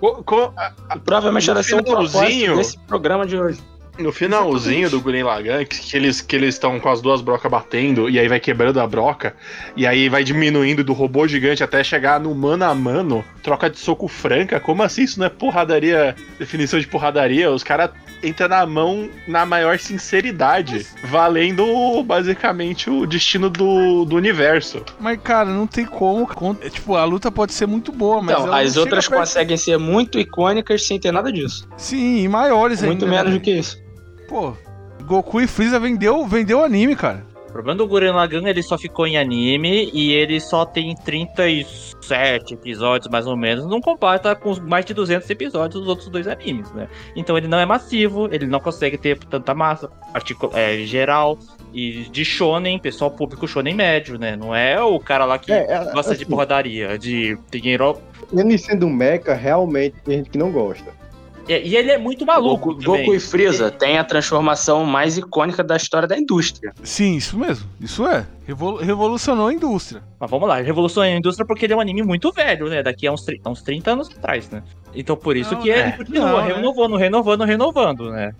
Speaker 6: co- co-
Speaker 4: E provavelmente
Speaker 6: No
Speaker 4: era ser um propósito
Speaker 6: finalzinho-
Speaker 4: desse programa de hoje.
Speaker 6: No finalzinho do Gurren Lagann, que que eles que eles estão com as duas brocas batendo, e aí vai quebrando a broca, e aí vai diminuindo do robô gigante até chegar no mano a mano, troca de soco franca, como assim? Isso não é porradaria, definição de porradaria, os caras entram na mão na maior sinceridade, valendo basicamente o destino do, do universo.
Speaker 2: Mas, cara, não tem como. Con- é, Tipo, a luta pode ser muito boa, mas.
Speaker 4: Então,
Speaker 2: ela não
Speaker 4: as
Speaker 2: chega
Speaker 4: outras
Speaker 2: perto-
Speaker 4: conseguem ser muito icônicas sem ter nada disso.
Speaker 2: Sim, e maiores
Speaker 4: Muito
Speaker 2: ainda.
Speaker 4: menos
Speaker 2: né?
Speaker 4: do que isso.
Speaker 2: Pô, Goku e Freeza vendeu, vendeu o anime, cara.
Speaker 5: O problema do Gurren Lagann, ele só ficou em anime e ele só tem 37 episódios, mais ou menos. Não compara com os mais de 200 episódios dos outros dois animes, né? Então ele não é massivo, ele não consegue ter tanta massa articu- é, geral e de shonen, pessoal público shonen médio, né? Não é o cara lá que
Speaker 3: É, é,
Speaker 5: gosta de
Speaker 3: assim,
Speaker 5: porradaria, de dinheiro...
Speaker 3: Ele sendo um mecha, realmente tem gente que não gosta.
Speaker 5: É, E ele é muito
Speaker 2: Tá
Speaker 5: maluco
Speaker 4: Goku,
Speaker 5: também.
Speaker 4: Goku e Freeza tem a transformação mais icônica da história da indústria.
Speaker 2: Sim, isso mesmo. Isso é. Revol- revolucionou a indústria.
Speaker 5: Mas vamos lá, revolucionou a indústria porque ele é um anime muito velho, né? Daqui a uns, tri- a uns 30 anos atrás, né? Então por isso
Speaker 2: Não,
Speaker 5: que
Speaker 2: né?
Speaker 5: ele continua
Speaker 2: Não, né?
Speaker 5: renovando, renovando, renovando, né?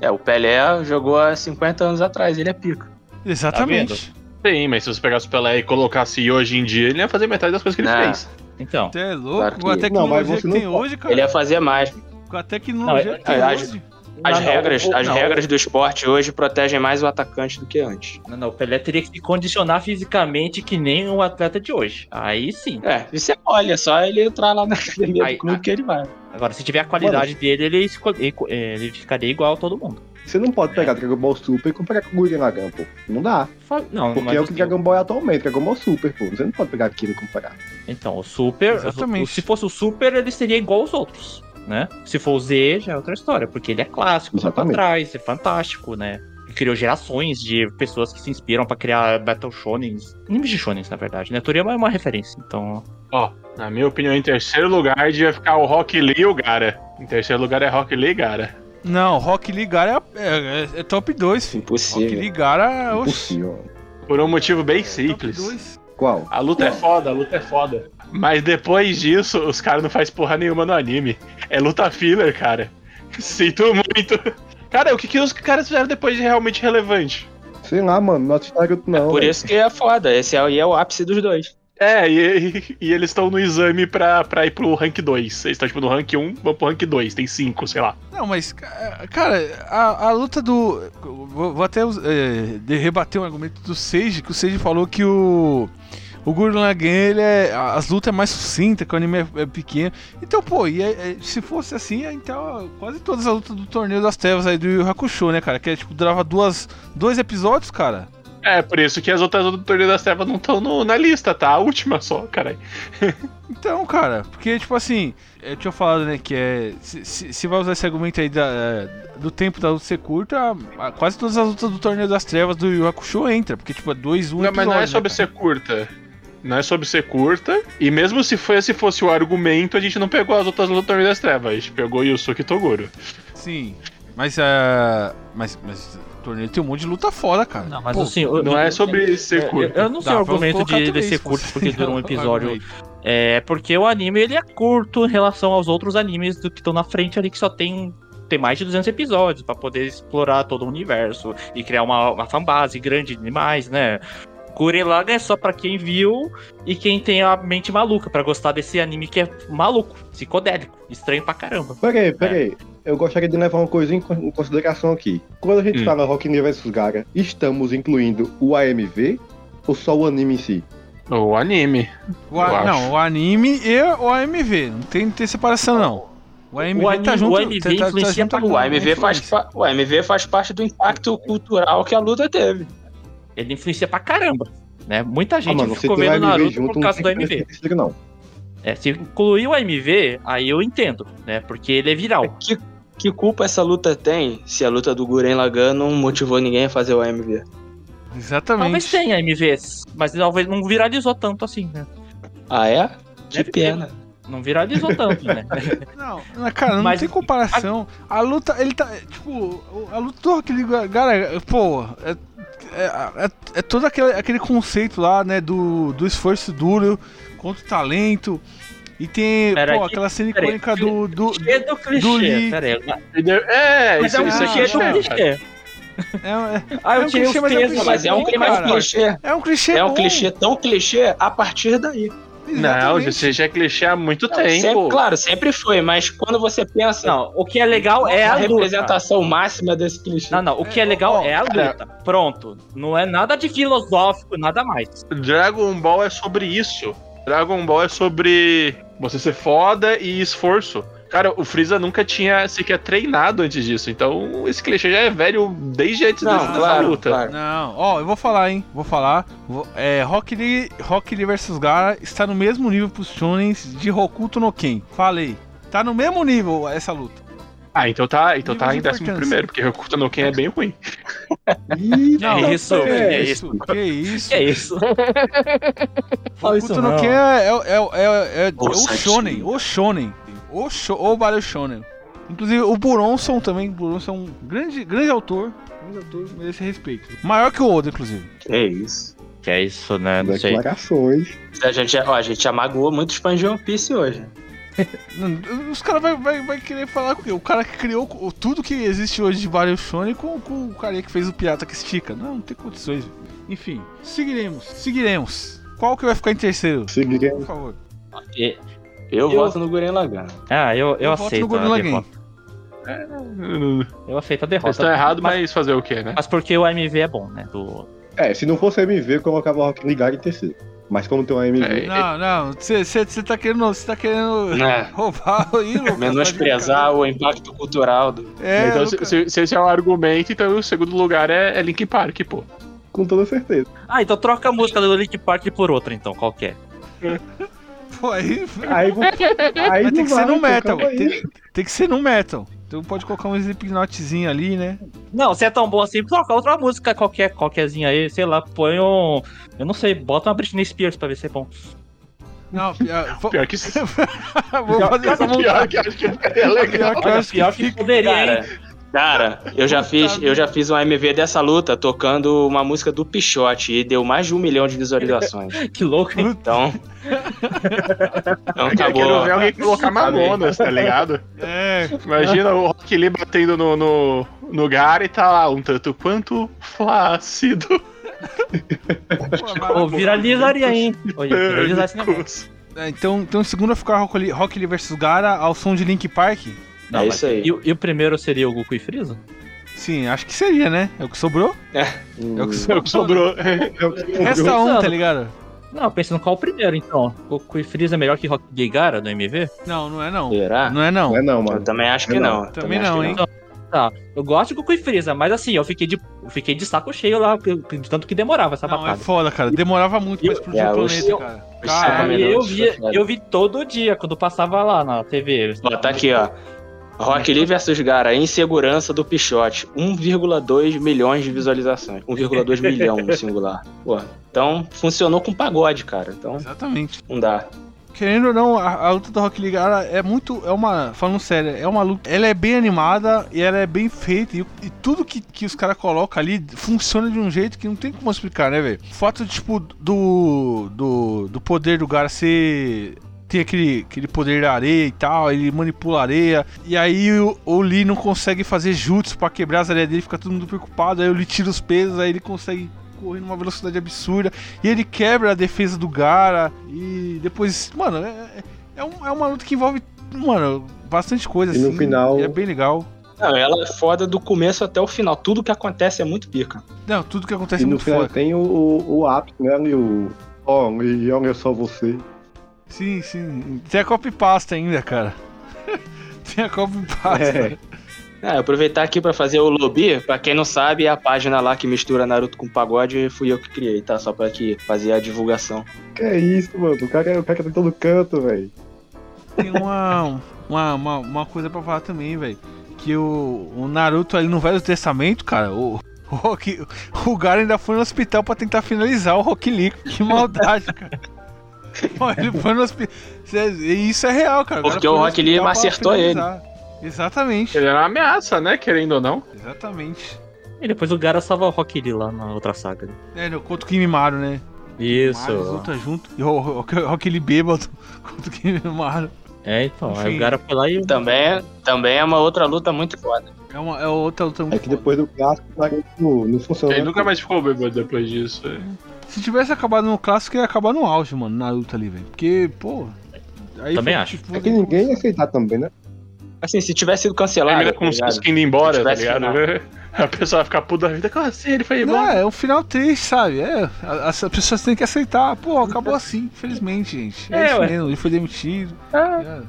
Speaker 4: É, o Pelé jogou há 50 anos atrás, ele é pica.
Speaker 2: Exatamente.
Speaker 6: Sim, mas se você pegasse o Pelé e colocasse hoje em dia, ele ia fazer metade das coisas que ele
Speaker 4: Não.
Speaker 6: fez.
Speaker 5: Então,
Speaker 2: Você é louco.
Speaker 4: Claro que-
Speaker 2: com a
Speaker 3: Não,
Speaker 2: tecnologia
Speaker 3: mas você
Speaker 2: que
Speaker 3: não
Speaker 2: tem
Speaker 3: pode-
Speaker 2: hoje, cara.
Speaker 4: Ele é ia fazer mais.
Speaker 2: Com a tecnologia
Speaker 5: Não,
Speaker 2: que tem
Speaker 4: eu acho-
Speaker 2: hoje.
Speaker 4: As
Speaker 5: Não, não,
Speaker 4: regras,
Speaker 5: o-
Speaker 4: as
Speaker 5: não,
Speaker 4: regras do esporte hoje protegem mais o atacante do que antes.
Speaker 5: não, não, o Pelé teria que se condicionar fisicamente que nem um atleta de hoje. Aí sim.
Speaker 4: É, e você olha, só ele entrar lá na academia
Speaker 5: Aí-
Speaker 4: do clube que ele vai.
Speaker 5: Agora, se tiver a qualidade dele, ele, escol- ele- eh, ele ficaria igual a todo mundo.
Speaker 3: Você não pode pegar Dragon Ball Super e comparar com o Gurren Lagann, pô. Não dá.
Speaker 5: Fa- Não,
Speaker 3: Porque
Speaker 5: não é
Speaker 3: é o que
Speaker 5: possível.
Speaker 3: Dragon Ball é atualmente, Dragon Ball Super, pô. Você não pode pegar aquilo e comparar.
Speaker 5: Então, o Super.
Speaker 2: Exatamente.
Speaker 5: o- se fosse o Super, ele seria igual aos outros, né? Se for o Z, já é outra história, porque ele é clássico, tá pra
Speaker 3: Exatamente.
Speaker 5: trás, é fantástico, né? Ele Criou gerações de pessoas que se inspiram pra criar Battle Shonens. Animes de Shonens, na verdade, né? Toriyama é uma referência, então.
Speaker 6: Ó, na minha opinião, em terceiro lugar devia ficar o Rock Lee e o Gara. Em terceiro lugar é Rock Lee e Gara.
Speaker 2: Não, Rock Ligar é, é- é- é top 2, filho. Rock
Speaker 4: Impossível.
Speaker 2: Ligar é. oxe,
Speaker 3: Impossível.
Speaker 6: Por um motivo bem
Speaker 2: é Top
Speaker 6: simples.
Speaker 2: 2.
Speaker 3: Qual?
Speaker 6: A luta é foda, a luta é foda. Mas depois disso, os caras não fazem porra nenhuma no anime. É luta filler, cara. Sinto muito. Cara, o que, que os caras fizeram depois de realmente relevante?
Speaker 3: Sei lá, mano. Not Target não.
Speaker 4: Por
Speaker 3: velho.
Speaker 4: isso que é foda. Esse aí é o ápice dos dois.
Speaker 6: É, e, e- e eles estão no exame pra, pra ir pro rank 2. Eles estão, tipo, no rank 1, vão pro rank 2. Tem 5, sei lá.
Speaker 2: Não, mas, ca- é, cara, a, a luta do. Vou, vou até eh, de- rebater um argumento do Seiji, que o Seiji falou que o. O Gurren Lagann, ele é. a- As lutas é mais sucinta, que o anime é, é pequeno. Então, pô, e é- é- se fosse assim, é, então quase todas as lutas do torneio das trevas aí do Yu Yu Hakusho, né, cara? Que é, tipo, durava duas, dois episódios, cara.
Speaker 6: É, por isso que as outras do Torneio das Trevas não estão na lista, tá? A última só, caralho.
Speaker 2: Então, cara, porque, tipo assim, eu tinha falado, né, que é. Se, se- se vai usar esse argumento aí da- é, do tempo da luta ser curta, a- a- quase todas as lutas do Torneio das Trevas do Yu Hakusho entra, porque, tipo, é 2, 1 um
Speaker 6: Não, mas não é
Speaker 2: episódio,
Speaker 6: sobre
Speaker 2: né,
Speaker 6: ser curta. Não é sobre ser curta. E mesmo se foi- se fosse o argumento, a gente não pegou as outras do Torneio das Trevas. A gente pegou Yusuke e
Speaker 2: cara?
Speaker 6: Toguro.
Speaker 2: Sim. Mas, é, mas, mas o torneio tem um monte de luta foda, cara.
Speaker 5: Não, mas
Speaker 2: Pô,
Speaker 5: assim. eu-
Speaker 6: Não
Speaker 5: eu-
Speaker 6: é sobre ser
Speaker 5: eu- Eu,
Speaker 6: curta.
Speaker 5: eu não sei o
Speaker 2: dá pra
Speaker 5: argumento
Speaker 2: colocar
Speaker 5: de, de
Speaker 2: três,
Speaker 5: ser
Speaker 2: pô,
Speaker 5: curto porque
Speaker 2: sei lá,
Speaker 5: dura um episódio.
Speaker 2: argumento.
Speaker 5: É porque o anime ele é curto em relação aos outros animes do que estão na frente ali, que só tem, tem mais de 200 episódios pra poder explorar todo o universo e criar uma, uma fanbase grande demais, né? Gurelaga é só pra quem viu e quem tem a mente maluca pra gostar desse anime que é maluco, psicodélico, estranho pra caramba.
Speaker 3: Peraí, peraí. Eu gostaria de levar uma coisa em con- em consideração aqui. Quando a gente
Speaker 6: Hum.
Speaker 3: fala Rock Lee vs Gaga, estamos incluindo o AMV ou só o anime em si?
Speaker 6: O anime.
Speaker 2: O a-
Speaker 6: Eu acho.
Speaker 2: não, o anime e o AMV. Não tem, não tem separação, não. O AMV tá
Speaker 5: anime-
Speaker 2: junto.
Speaker 5: o AMV
Speaker 2: tá- tá- tá
Speaker 5: influencia
Speaker 2: junto
Speaker 5: pra né?
Speaker 2: com
Speaker 4: O AMV, faz,
Speaker 2: influência.
Speaker 4: pa- o AMV faz parte do impacto cultural que a luta teve.
Speaker 5: Ele influencia pra caramba, né? Muita
Speaker 3: ah,
Speaker 5: gente
Speaker 3: mano, você
Speaker 5: ficou
Speaker 3: tem o
Speaker 5: vendo
Speaker 3: AMV
Speaker 5: Naruto
Speaker 3: junto,
Speaker 5: por causa do
Speaker 3: não tem
Speaker 5: AMV.
Speaker 3: que ser não.
Speaker 5: É, se incluir o AMV, aí eu entendo, né? Porque ele é viral.
Speaker 4: Que culpa essa luta tem se a luta do Guren Lagan não motivou ninguém a fazer o AMV?
Speaker 2: Exatamente.
Speaker 5: Talvez tenha AMVs, mas talvez não viralizou tanto assim, né?
Speaker 4: Ah, é? Que
Speaker 5: Deve ter.
Speaker 4: pena.
Speaker 5: Não viralizou tanto, né?
Speaker 2: Não, na- cara, não
Speaker 5: Mas-
Speaker 2: tem comparação. A luta, ele tá. é, Tipo, o- a luta do Rock Lee, cara, é, pô, é, é, é- é todo aquele, aquele conceito lá, né, do, do esforço duro contra o talento. E tem,
Speaker 5: Pera
Speaker 2: pô,
Speaker 5: aí,
Speaker 2: aquela cena
Speaker 5: pera aí.
Speaker 2: icônica do. do,
Speaker 5: Cheio é do clichê,
Speaker 2: Lee.
Speaker 5: peraí.
Speaker 6: É,
Speaker 5: Mas
Speaker 6: isso,
Speaker 5: é um
Speaker 6: isso aqui é
Speaker 5: clichê do
Speaker 6: chato.
Speaker 5: clichê.
Speaker 2: é, é-
Speaker 5: Ah,
Speaker 2: É
Speaker 5: eu
Speaker 2: um
Speaker 5: tirei os
Speaker 2: clichê, mas é um
Speaker 5: pesos,
Speaker 2: clichê.
Speaker 5: mas
Speaker 4: Mas é um,
Speaker 2: Bom,
Speaker 4: mas
Speaker 2: cara.
Speaker 4: um clichê.
Speaker 2: é um clichê.
Speaker 4: É um
Speaker 2: bom,
Speaker 4: clichê tão clichê a partir daí.
Speaker 6: Não,
Speaker 2: exatamente.
Speaker 6: você já é clichê há muito
Speaker 4: Não,
Speaker 6: tempo.
Speaker 4: sempre- claro, sempre foi, mas quando você pensa
Speaker 5: Não, o que é legal é a
Speaker 4: a
Speaker 5: luta.
Speaker 4: representação máxima desse clichê.
Speaker 5: Não, não, o que é
Speaker 2: Ó,
Speaker 5: legal é a
Speaker 6: cara.
Speaker 5: luta. Pronto. Não é nada de filosófico, nada mais.
Speaker 6: Dragon Ball é sobre isso. Dragon Ball é sobre você ser foda e esforço. Cara, o Freeza nunca tinha sequer treinado antes disso, então esse clichê já é velho desde antes
Speaker 4: Não,
Speaker 6: dessa
Speaker 4: claro,
Speaker 6: luta.
Speaker 4: claro.
Speaker 2: Não, ó, eu vou falar, hein? Vou falar. Vou- é, Rock Lee, Rock Lee vs Gara está no mesmo nível pros shonens de Hokuto no Ken. Falei. Tá no mesmo nível essa luta.
Speaker 6: Ah, então tá, então tá
Speaker 2: Nível de
Speaker 6: em décimo
Speaker 2: importância.
Speaker 6: primeiro, porque Hokuto no Ken é bem ruim.
Speaker 3: Ih,
Speaker 5: É isso,
Speaker 2: que
Speaker 5: é
Speaker 2: Que isso?
Speaker 5: É isso. Fala isso
Speaker 2: Hokuto no
Speaker 5: não.
Speaker 2: Ken é, é, é, é, é- é
Speaker 4: Ô,
Speaker 2: o
Speaker 4: Sachi.
Speaker 2: shonen, o shonen. O, sho, o Battle Shonen. Inclusive o Buronson também, Buronson é um grande, grande autor. Grande autor, merece respeito. Maior que o Oda, inclusive.
Speaker 4: É isso.
Speaker 5: Que é isso, né? Não sei.
Speaker 3: declarações.
Speaker 4: A gente, ó, a gente amagoou muitos fãs de One Piece hoje.
Speaker 2: Não, Os caras vai, vai, vai querer falar com o quê? O cara que criou o- tudo que existe hoje de Barrio Shonen com, com o cara que fez o Pirata que Estica. Não, não tem condições. Enfim, seguiremos, seguiremos. Qual que vai ficar em terceiro?
Speaker 3: Seguiremos.
Speaker 2: Por favor.
Speaker 5: E-
Speaker 4: Eu,
Speaker 5: Eu-
Speaker 4: voto no Guren Lagan.
Speaker 5: Ah, eu,
Speaker 2: Eu
Speaker 5: eu,
Speaker 2: voto no
Speaker 5: aceito
Speaker 2: Gurren
Speaker 5: a
Speaker 2: Lagann.
Speaker 5: derrota. Eu aceito a
Speaker 6: Eles estão
Speaker 5: derrota.
Speaker 6: errados, mas fazer o quê, né?
Speaker 5: Mas porque o AMV é bom, né? Do...
Speaker 3: É, se não fosse AMV, eu colocava o Rock Lee Gaga em terceiro. Mas como tem um o AMV,
Speaker 6: É.
Speaker 2: Não, não, você tá querendo. Você tá querendo
Speaker 4: Né?
Speaker 2: roubar aí, Lucas.
Speaker 4: Menosprezar o impacto cultural do.
Speaker 2: É,
Speaker 6: então, se,
Speaker 2: Lucas.
Speaker 6: se- se esse é um argumento, então o segundo lugar é, é Link Park, pô.
Speaker 3: com toda certeza.
Speaker 5: Ah, então troca a música do Link Park por outra, então, qualquer.
Speaker 2: Pô, aí.
Speaker 3: Aí, vou- aí
Speaker 2: Mas tem
Speaker 3: não
Speaker 2: que ser
Speaker 3: vai,
Speaker 2: no
Speaker 3: pô,
Speaker 2: metal,
Speaker 3: calma aí.
Speaker 2: tem, tem que ser no metal. Então pode colocar um slipknotzinho ali, né?
Speaker 5: Não, se é tão bom assim, troca outra música qualquer, qualquerzinha aí, sei lá, põe um. Eu não sei, bota uma Britney Spears pra ver se é bom.
Speaker 2: Não, pior, vou,
Speaker 6: Pior que isso.
Speaker 2: vou fazer essa
Speaker 6: Pior
Speaker 2: montagem.
Speaker 6: que acho que é legal.
Speaker 2: Pior que eu
Speaker 5: Olha,
Speaker 2: acho que
Speaker 5: pior que
Speaker 2: fica.
Speaker 5: poderia, hein?
Speaker 4: Cara, cara, eu já fiz, eu já fiz um AMV dessa luta tocando uma música do Pichote e deu mais de um milhão de visualizações.
Speaker 5: Que louco, hein?
Speaker 4: Então. Então
Speaker 6: Eu quero
Speaker 4: acabou.
Speaker 6: ver alguém colocar mamonas, tá ligado?
Speaker 2: É,
Speaker 6: Imagina o Rock Lee batendo no, no, no Gar e tá lá um tanto quanto flácido.
Speaker 2: pô, mas-
Speaker 5: Pô, viralizaria, hein? Olha, viralizar esse negócio.
Speaker 2: é, então, então em segundo vai ficar Rock Lee, Rock Lee vs Gara ao som de Link Park?
Speaker 4: É isso aí.
Speaker 5: E, o- e o primeiro seria o Goku e Freeza?
Speaker 2: Sim, acho que seria, né? É o que sobrou. É o que
Speaker 6: É o que sobrou.
Speaker 2: Resta um, tá ligado?
Speaker 5: Não, pensando qual o primeiro, então. Goku e Freeza é melhor que Rock Lee e Gara no MV?
Speaker 2: Não, não é não.
Speaker 4: Será?
Speaker 2: Não é não.
Speaker 3: Não é não,
Speaker 4: Eu
Speaker 3: mano.
Speaker 4: também acho que
Speaker 3: Não,
Speaker 4: não.
Speaker 2: Também
Speaker 4: acho
Speaker 2: não,
Speaker 4: que
Speaker 2: hein?
Speaker 5: Tá, eu gosto de Goku e Freeza, mas assim, eu fiquei de, eu fiquei de saco cheio lá, de tanto que demorava essa
Speaker 2: Não, é
Speaker 5: batalha.
Speaker 2: foda, cara. Demorava muito pra explodir
Speaker 4: é,
Speaker 2: o
Speaker 4: o
Speaker 2: planeta,
Speaker 4: seu-
Speaker 2: cara.
Speaker 4: o também não,
Speaker 5: Ah, e
Speaker 2: Caralho.
Speaker 5: eu
Speaker 4: isso
Speaker 5: via,
Speaker 4: é verdade.
Speaker 5: eu vi todo dia quando passava lá na TV.
Speaker 4: Ó, tá aqui, ó. Rock Lee versus Gara, insegurança do Pichote. 1,2 milhões de visualizações. 1,2 milhão no singular. Pô, então funcionou com pagode, cara. Então
Speaker 2: Exatamente.
Speaker 4: não dá.
Speaker 2: Querendo ou não, a, a luta do Rock Lee Gara é muito. É uma. Falando sério, é uma luta. Ela é bem animada e ela é bem feita. E, e tudo que, que os caras colocam ali funciona de um jeito que não tem como explicar, né, velho? O fato, tipo, do. Do, do poder do Gara ser. Tem aquele, aquele poder da areia e tal, ele manipula a areia. E aí o, o Lee não consegue fazer jutsu pra quebrar as areias dele, fica todo mundo preocupado. Aí o Lee tira os pesos, aí ele consegue correr numa velocidade absurda. E ele quebra a defesa do Gara. E depois, mano, é, é, um- é uma luta que envolve, mano, bastante coisa.
Speaker 3: E no
Speaker 2: assim,
Speaker 3: final-
Speaker 2: e É bem legal.
Speaker 4: Não, ela é foda do começo até o final. Tudo que acontece é muito pica.
Speaker 2: Não, tudo que acontece
Speaker 3: E
Speaker 2: é
Speaker 3: no
Speaker 2: muito
Speaker 3: final
Speaker 2: foda.
Speaker 3: tem o, o, o ápice, né? E o. Ó, e olha só você.
Speaker 2: Sim, sim. Tem a copy pasta ainda, cara. Tem a copy pasta.
Speaker 3: É.
Speaker 4: É, aproveitar aqui pra fazer o lobby, pra quem não sabe, é a página lá que mistura Naruto com pagode, fui eu que criei, tá? Só pra que fazer a divulgação.
Speaker 3: Que é isso, mano? O cara, o cara tá em todo canto, velho.
Speaker 2: Tem uma, uma, uma, uma coisa pra falar também, velho. Que o, o Naruto ali no Velho Testamento, cara, o. O, Rock, o Gara ainda foi no hospital pra tentar finalizar o Rock Lee. Que maldade, cara. Pô, ele foi no hospital. Isso é real, cara.
Speaker 4: Porque
Speaker 2: Gara foi
Speaker 4: o
Speaker 2: no
Speaker 4: Rock Lee
Speaker 2: hospital pra
Speaker 4: acertou
Speaker 2: finalizar. Exatamente,
Speaker 6: Ele era uma ameaça, né? Querendo ou não.
Speaker 2: exatamente.
Speaker 5: E depois o Gara salva o Rock Lee lá na outra saga.
Speaker 2: É, no- contra o Kimimaro, né? Eles
Speaker 5: Isso.
Speaker 2: lutam junto. E o, o, o Rock Lee bêbado contra o Kimimaro.
Speaker 5: É, então, aí
Speaker 2: Enfim.
Speaker 5: o Gara foi lá e...
Speaker 6: Então,
Speaker 4: Também, também é uma outra luta muito foda.
Speaker 2: É, uma, é outra luta muito
Speaker 3: É que
Speaker 2: foda.
Speaker 3: depois do clássico o Naruto não funciona. né?
Speaker 6: Ele nunca mais ficou bêbado depois disso. é.
Speaker 2: Se tivesse acabado no clássico, ia acabar no auge, mano, na luta ali, velho. Porque, pô. Aí
Speaker 5: Também
Speaker 2: foi,
Speaker 5: acho.
Speaker 2: tipo,
Speaker 3: É que ninguém ia aceitar também, né?
Speaker 4: Assim, se tivesse sido
Speaker 6: Ele
Speaker 4: cancelado.
Speaker 6: ainda
Speaker 4: tá
Speaker 6: É, com o
Speaker 4: ligado?
Speaker 6: Sasuke indo embora, tá
Speaker 4: Tivesse
Speaker 6: ligado? A pessoa vai ficar puta da vida. Como assim? Ele foi
Speaker 2: Não,
Speaker 6: embora.
Speaker 2: é um final triste, sabe? É, a- as pessoas têm que aceitar. Pô, acabou assim, infelizmente, gente. É,
Speaker 5: É,
Speaker 2: isso
Speaker 5: ué.
Speaker 2: mesmo, ele foi demitido.
Speaker 6: Ah,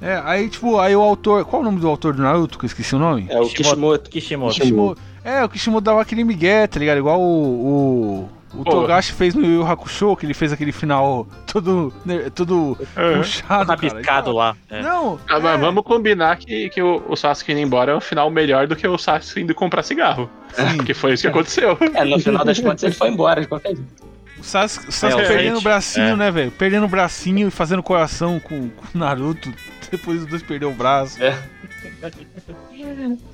Speaker 2: É. É, aí, tipo, aí o autor. Qual o nome do autor do Naruto? Que eu esqueci o nome?
Speaker 4: É o Kishimoto.
Speaker 5: Kishimoto.
Speaker 2: Kishimoto. É, o Kishimoto dava aquele migué, tá ligado? Igual o. o... O
Speaker 6: Pô.
Speaker 2: Togashi fez no Yu Yu Hakusho, que ele fez aquele final todo, ner- todo
Speaker 6: ah.
Speaker 2: puxado, cara.
Speaker 5: tá
Speaker 2: Então,
Speaker 5: Rabiscado lá. É.
Speaker 2: é. Não,
Speaker 6: Ah,
Speaker 2: é.
Speaker 6: mas vamos combinar que, que o, o Sasuke indo embora é um final melhor do que o Sasuke indo comprar cigarro. Que foi isso que aconteceu.
Speaker 4: É, no final das contas ele foi embora de qualquer jeito.
Speaker 2: O Sasuke, o Sasuke
Speaker 5: É, o
Speaker 2: perdendo o
Speaker 5: Hate.
Speaker 2: bracinho,
Speaker 5: É.
Speaker 2: né, velho? Perdendo o bracinho e fazendo coração com, com o Naruto. Depois os dois perderam o braço.
Speaker 4: É.
Speaker 2: Pô,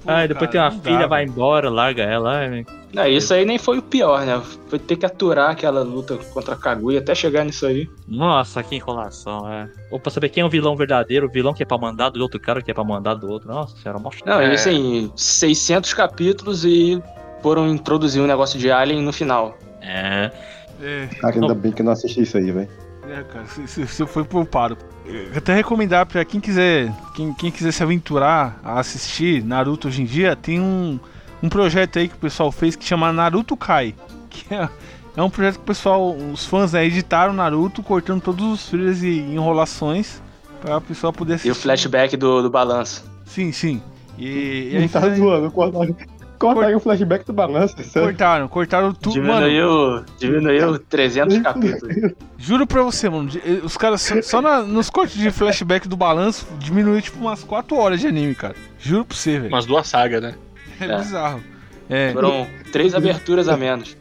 Speaker 5: Ah, e
Speaker 2: cara,
Speaker 5: depois tem uma
Speaker 2: não
Speaker 5: filha,
Speaker 2: dá,
Speaker 5: vai
Speaker 2: velho.
Speaker 5: embora, larga ela. é.
Speaker 4: Não, isso aí nem foi o pior, né? Foi ter que aturar aquela luta contra a Kaguya até chegar nisso aí.
Speaker 5: Nossa, que enrolação, é. Ou pra saber quem é o vilão verdadeiro, o vilão que é pra mandar do outro cara, que é pra mandar do outro. Nossa, era mó
Speaker 4: Não,
Speaker 6: É.
Speaker 4: isso aí, 600 capítulos e foram introduzir um negócio de Alien no final.
Speaker 5: É.
Speaker 2: É,
Speaker 3: Cara, ainda bem que eu não assisti isso aí, velho.
Speaker 2: é, cara, se, se, se eu for poupado. um Eu até recomendar pra quem quiser, quem, quem quiser se aventurar a assistir Naruto hoje em dia, tem um, um projeto aí que o pessoal fez que chama Naruto Kai. Que é, é um projeto que o pessoal, os fãs né, editaram Naruto, cortando todos os filhos e enrolações pra pessoa poder assistir.
Speaker 4: E o flashback do, do balanço.
Speaker 2: Sim, sim. E, e aí
Speaker 3: Não tá
Speaker 2: fizeram-
Speaker 3: zoando, cortaram. Cortaram o flashback do balanço, sério.
Speaker 2: cortaram, cortaram tudo. Mano,
Speaker 4: Diminuiu, diminuiu 300 capítulos.
Speaker 2: juro pra você, mano. de- eh, Os caras só, só na- nos cortes de flashback do balanço diminuiu tipo umas 4 horas de anime, cara. Juro pra você, velho.
Speaker 6: Umas duas sagas, né?
Speaker 2: É
Speaker 4: É.
Speaker 2: bizarro. É,
Speaker 4: Foram três aberturas a menos.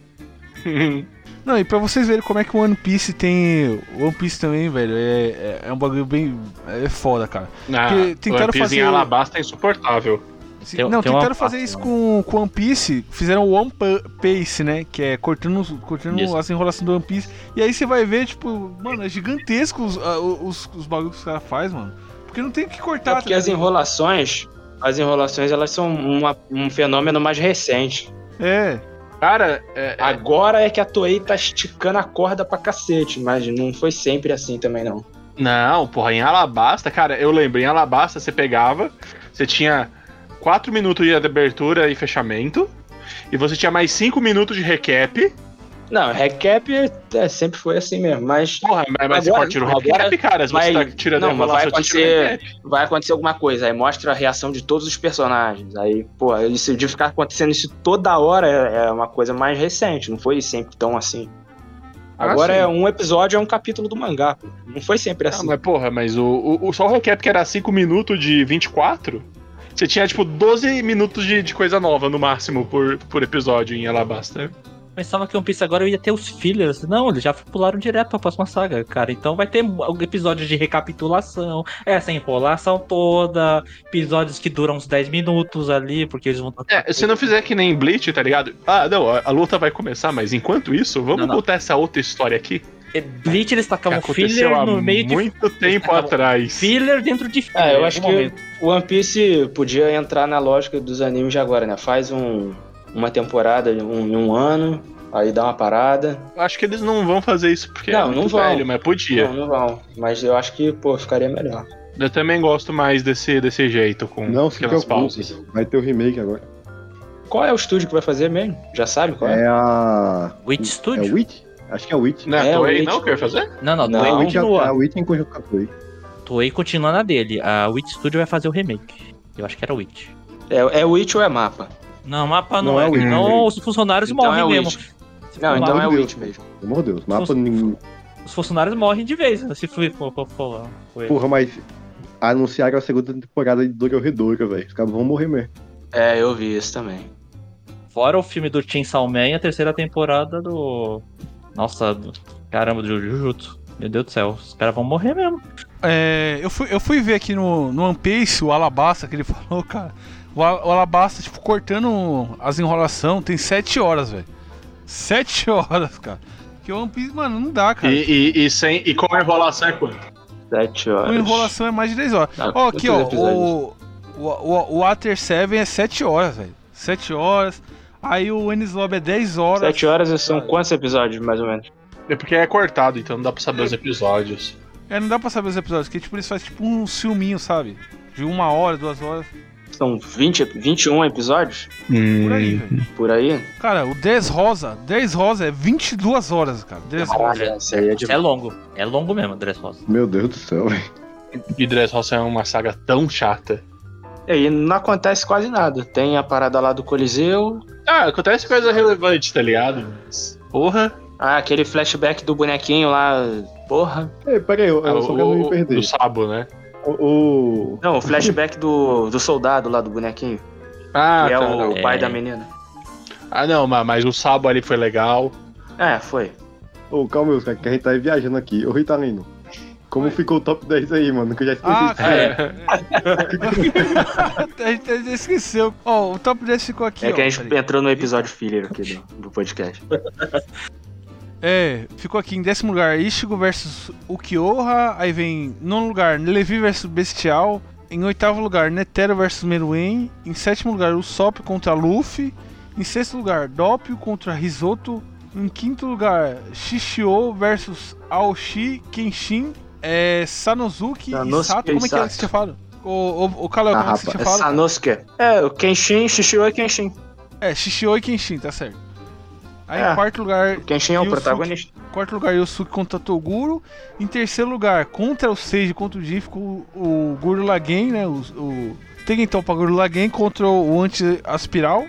Speaker 2: Não, e pra vocês verem como é que o One Piece tem. o One Piece também, velho, é, é, é um bagulho bem. É foda, cara.
Speaker 6: Na,
Speaker 2: Porque
Speaker 6: One
Speaker 2: tentaram
Speaker 6: Piece
Speaker 2: fazer-
Speaker 6: em Alabasta é insuportável.
Speaker 2: Se-
Speaker 5: Tem-
Speaker 2: não,
Speaker 5: tem uma
Speaker 2: tentaram fazer
Speaker 5: parte,
Speaker 2: isso
Speaker 5: né?
Speaker 2: com, com One Piece, fizeram o One Pa- Piece, né? Que é cortando, os- cortando
Speaker 6: Isso.
Speaker 2: as enrolações do One Piece. E aí você vai ver, tipo, mano, é gigantesco os, a- os, os bagulhos que os caras fazem, mano. Porque não tem o que
Speaker 4: É
Speaker 2: cortar. tá
Speaker 4: porque as enrolações, as enrolações, elas são uma- um fenômeno mais recente.
Speaker 2: É,
Speaker 6: Cara, é, é-
Speaker 4: Agora é que a Toei tá esticando a corda pra cacete, mas não foi sempre assim também, não.
Speaker 6: Não, porra, em Alabasta, cara, eu lembro, em Alabasta você pegava, você tinha 4 minutos de abertura e fechamento, e você tinha mais 5 minutos de recap.
Speaker 4: Não, recap é, sempre foi assim mesmo, mas
Speaker 6: Porra, mas você
Speaker 4: Agora-
Speaker 6: pode tirar o
Speaker 4: agora
Speaker 6: recap, cara, se você
Speaker 4: vai-
Speaker 6: tá tirando
Speaker 4: não,
Speaker 6: a
Speaker 4: mas
Speaker 6: enrolação,
Speaker 4: vai
Speaker 6: você tira o
Speaker 4: acontecer-
Speaker 6: recap.
Speaker 4: vai acontecer alguma coisa, aí mostra a reação de todos os personagens. Aí, pô, isso de ficar acontecendo isso toda hora é, é uma coisa mais recente, não foi sempre tão assim.
Speaker 6: Ah,
Speaker 4: Agora
Speaker 6: sim.
Speaker 4: é um episódio, é um capítulo do mangá, pô. Não foi sempre
Speaker 6: Ah,
Speaker 4: assim.
Speaker 6: mas porra, mas o, o- o- só o recap que era 5 minutos de 24, você tinha, tipo, 12 minutos de, de coisa nova, no máximo, por, por episódio em Alabasta.
Speaker 5: Pensava que One Piece agora ia ter os fillers. Não, eles já pularam direto pra próxima saga, cara. Então vai ter um episódio de recapitulação, essa enrolação toda, episódios que duram uns 10 minutos ali, porque eles vão.
Speaker 6: É, se não fizer que nem Bleach, tá ligado? Ah, não, a, a luta vai começar, mas enquanto isso, vamos
Speaker 5: Não, não.
Speaker 6: botar essa outra história aqui.
Speaker 5: É, Bleach eles tacavam
Speaker 6: que aconteceu
Speaker 5: filler Tá
Speaker 6: há
Speaker 5: no meio de.
Speaker 6: muito tempo
Speaker 5: Acabou.
Speaker 6: atrás.
Speaker 5: Filler dentro de filler.
Speaker 4: Ah, eu
Speaker 5: em
Speaker 4: acho
Speaker 5: algum
Speaker 4: que o One Piece podia entrar na lógica dos animes de agora, né? Faz um- uma temporada em um, em um ano, aí dá uma parada.
Speaker 6: Eu Acho que eles não vão fazer isso porque
Speaker 4: Não,
Speaker 6: é muito
Speaker 4: não vão.
Speaker 6: velho, mas podia.
Speaker 4: Não, não vão. Mas eu acho que, pô, ficaria melhor.
Speaker 6: Eu também gosto mais desse, desse jeito, com
Speaker 3: Não se
Speaker 6: aquelas é pausas.
Speaker 3: preocupe, vai ter o remake agora.
Speaker 4: Qual é o estúdio que vai fazer mesmo? Já sabe qual é?
Speaker 3: É a.
Speaker 5: Witch
Speaker 3: É
Speaker 5: Studio?
Speaker 3: Witch? Acho que é Witch.
Speaker 6: Não,
Speaker 4: É,
Speaker 6: é,
Speaker 4: o
Speaker 6: Toei
Speaker 4: Witch-
Speaker 6: não quer fazer?
Speaker 5: Não, não,
Speaker 4: Não.
Speaker 5: Toei
Speaker 3: a Witch é
Speaker 5: continua.
Speaker 3: a Witch em conjunto com a Toei.
Speaker 5: Toei continua na dele. A Witch Studio vai fazer o remake. Eu acho que era Witch.
Speaker 4: É, é Witch ou é Mapa?
Speaker 5: Não, mapa não,
Speaker 3: Não
Speaker 5: é.
Speaker 3: é Witch.
Speaker 5: Não, os funcionários
Speaker 4: Então
Speaker 5: morrem
Speaker 4: é
Speaker 5: mesmo.
Speaker 4: Witch. Não,
Speaker 5: Não,
Speaker 4: então
Speaker 3: não,
Speaker 4: é
Speaker 3: Deus.
Speaker 4: Witch mesmo.
Speaker 3: Pelo amor de Deus,
Speaker 5: Sus-
Speaker 3: mapa ninguém.
Speaker 5: Os funcionários morrem de vez, né, se for. for- for- for- for-
Speaker 3: Porra, mas anunciaram a segunda temporada de Dora Redora, velho. Os caras vão morrer mesmo.
Speaker 4: É, eu vi isso também.
Speaker 5: Fora o filme do Chainsaw Man e a terceira temporada do. Nossa, do- caramba, do Jujutsu. Meu Deus do céu, os caras vão morrer mesmo.
Speaker 2: É, eu, fui, eu fui ver aqui no, no One Piece o Alabasta que ele falou, cara. O, Al- o Alabasta, tipo, cortando as enrolação, tem 7 horas, velho. 7 horas, cara. Porque o One Piece, mano, não dá,
Speaker 6: E,
Speaker 2: cara.
Speaker 6: e, e sem, e com enrolação é quanto?
Speaker 4: Sete horas.
Speaker 2: Uma enrolação é mais de 10 horas.
Speaker 4: Ah,
Speaker 2: Ó, aqui, ó,
Speaker 4: quantos episódios?
Speaker 2: o, o, o, o Water 7 é 7 horas, velho. 7 horas. Aí o Ennis Lobby é 10 horas.
Speaker 4: Sete horas são quantos episódios, mais ou menos?
Speaker 6: É porque é cortado, então não dá pra saber os episódios.
Speaker 2: É, não dá pra saber os episódios, porque tipo, eles fazem tipo um filminho, sabe? De uma hora, duas horas,
Speaker 4: São 20, 21 episódios?
Speaker 2: por
Speaker 6: Hum.
Speaker 2: aí, velho.
Speaker 4: Por aí?
Speaker 2: Cara, o 10 rosa, 10 rosa é 22 horas, cara. 10 rosa.
Speaker 4: Caralho, isso aí é de...
Speaker 5: É longo. É longo mesmo, Andrés Rosa.
Speaker 3: Meu Deus do céu, velho.
Speaker 6: E Dressrosa é uma saga tão chata.
Speaker 4: E não acontece quase nada. Tem a parada lá do Coliseu,
Speaker 6: Ah, acontece coisa relevante, tá ligado? Mas, Porra,
Speaker 4: Ah, aquele flashback do bonequinho lá. Porra.
Speaker 3: Ei, peraí,
Speaker 6: É,
Speaker 3: eu, eu só quero
Speaker 6: Ah, o,
Speaker 3: me perder.
Speaker 6: o Sabo, né?
Speaker 3: O, o-
Speaker 4: Não, o flashback do, do soldado lá do bonequinho.
Speaker 6: Ah,
Speaker 4: que é
Speaker 6: tá,
Speaker 4: o
Speaker 6: não.
Speaker 4: pai
Speaker 5: É.
Speaker 4: da menina.
Speaker 6: ah, não, mas, mas o Sabo ali foi legal.
Speaker 4: É, foi.
Speaker 3: Ô, calma aí, cara, que a gente tá aí viajando aqui. Ô, Ritalino, como ficou o top 10 aí, mano? Que eu já esqueci.
Speaker 2: Ah, cara.
Speaker 6: É.
Speaker 2: A gente a gente esqueceu. Ó, o top 10 ficou aqui,
Speaker 4: é
Speaker 2: ó.
Speaker 4: que a gente
Speaker 2: peraí.
Speaker 4: entrou no episódio filler aqui do, do podcast.
Speaker 2: É, ficou aqui em décimo lugar Ishigo versus Ukioha. Aí vem nono lugar Levi versus Bestial. Em oitavo lugar Netero versus Meruem. Em sétimo lugar Usopp contra Luffy. Em sexto lugar Doppio contra Risoto. Em quinto lugar Shishio versus Aoshi Kenshin. É, Sanosuke e
Speaker 4: Sanosuke
Speaker 2: Sato.
Speaker 4: e
Speaker 2: Como é que é que
Speaker 4: Sato.
Speaker 2: você tinha falado? Ô, ô, ô Caleb,
Speaker 3: Ah,
Speaker 2: como é que você
Speaker 3: rapaz,
Speaker 2: tinha
Speaker 4: É
Speaker 2: falado?
Speaker 4: Sanosuke. É, o Kenshin, Shishio e Kenshin.
Speaker 2: É, Shishio e Kenshin, tá certo. Aí
Speaker 4: É.
Speaker 2: em quarto lugar,
Speaker 4: O Kenshin é o
Speaker 2: E o
Speaker 4: protagonista.
Speaker 2: quarto lugar Yosuke contra Toguro. Em terceiro lugar, contra o Seiji, contra o Jin, ficou o, o Guru Lagen, né? O, o Tengenton pra Guru Lagen contra o Anti-Aspiral.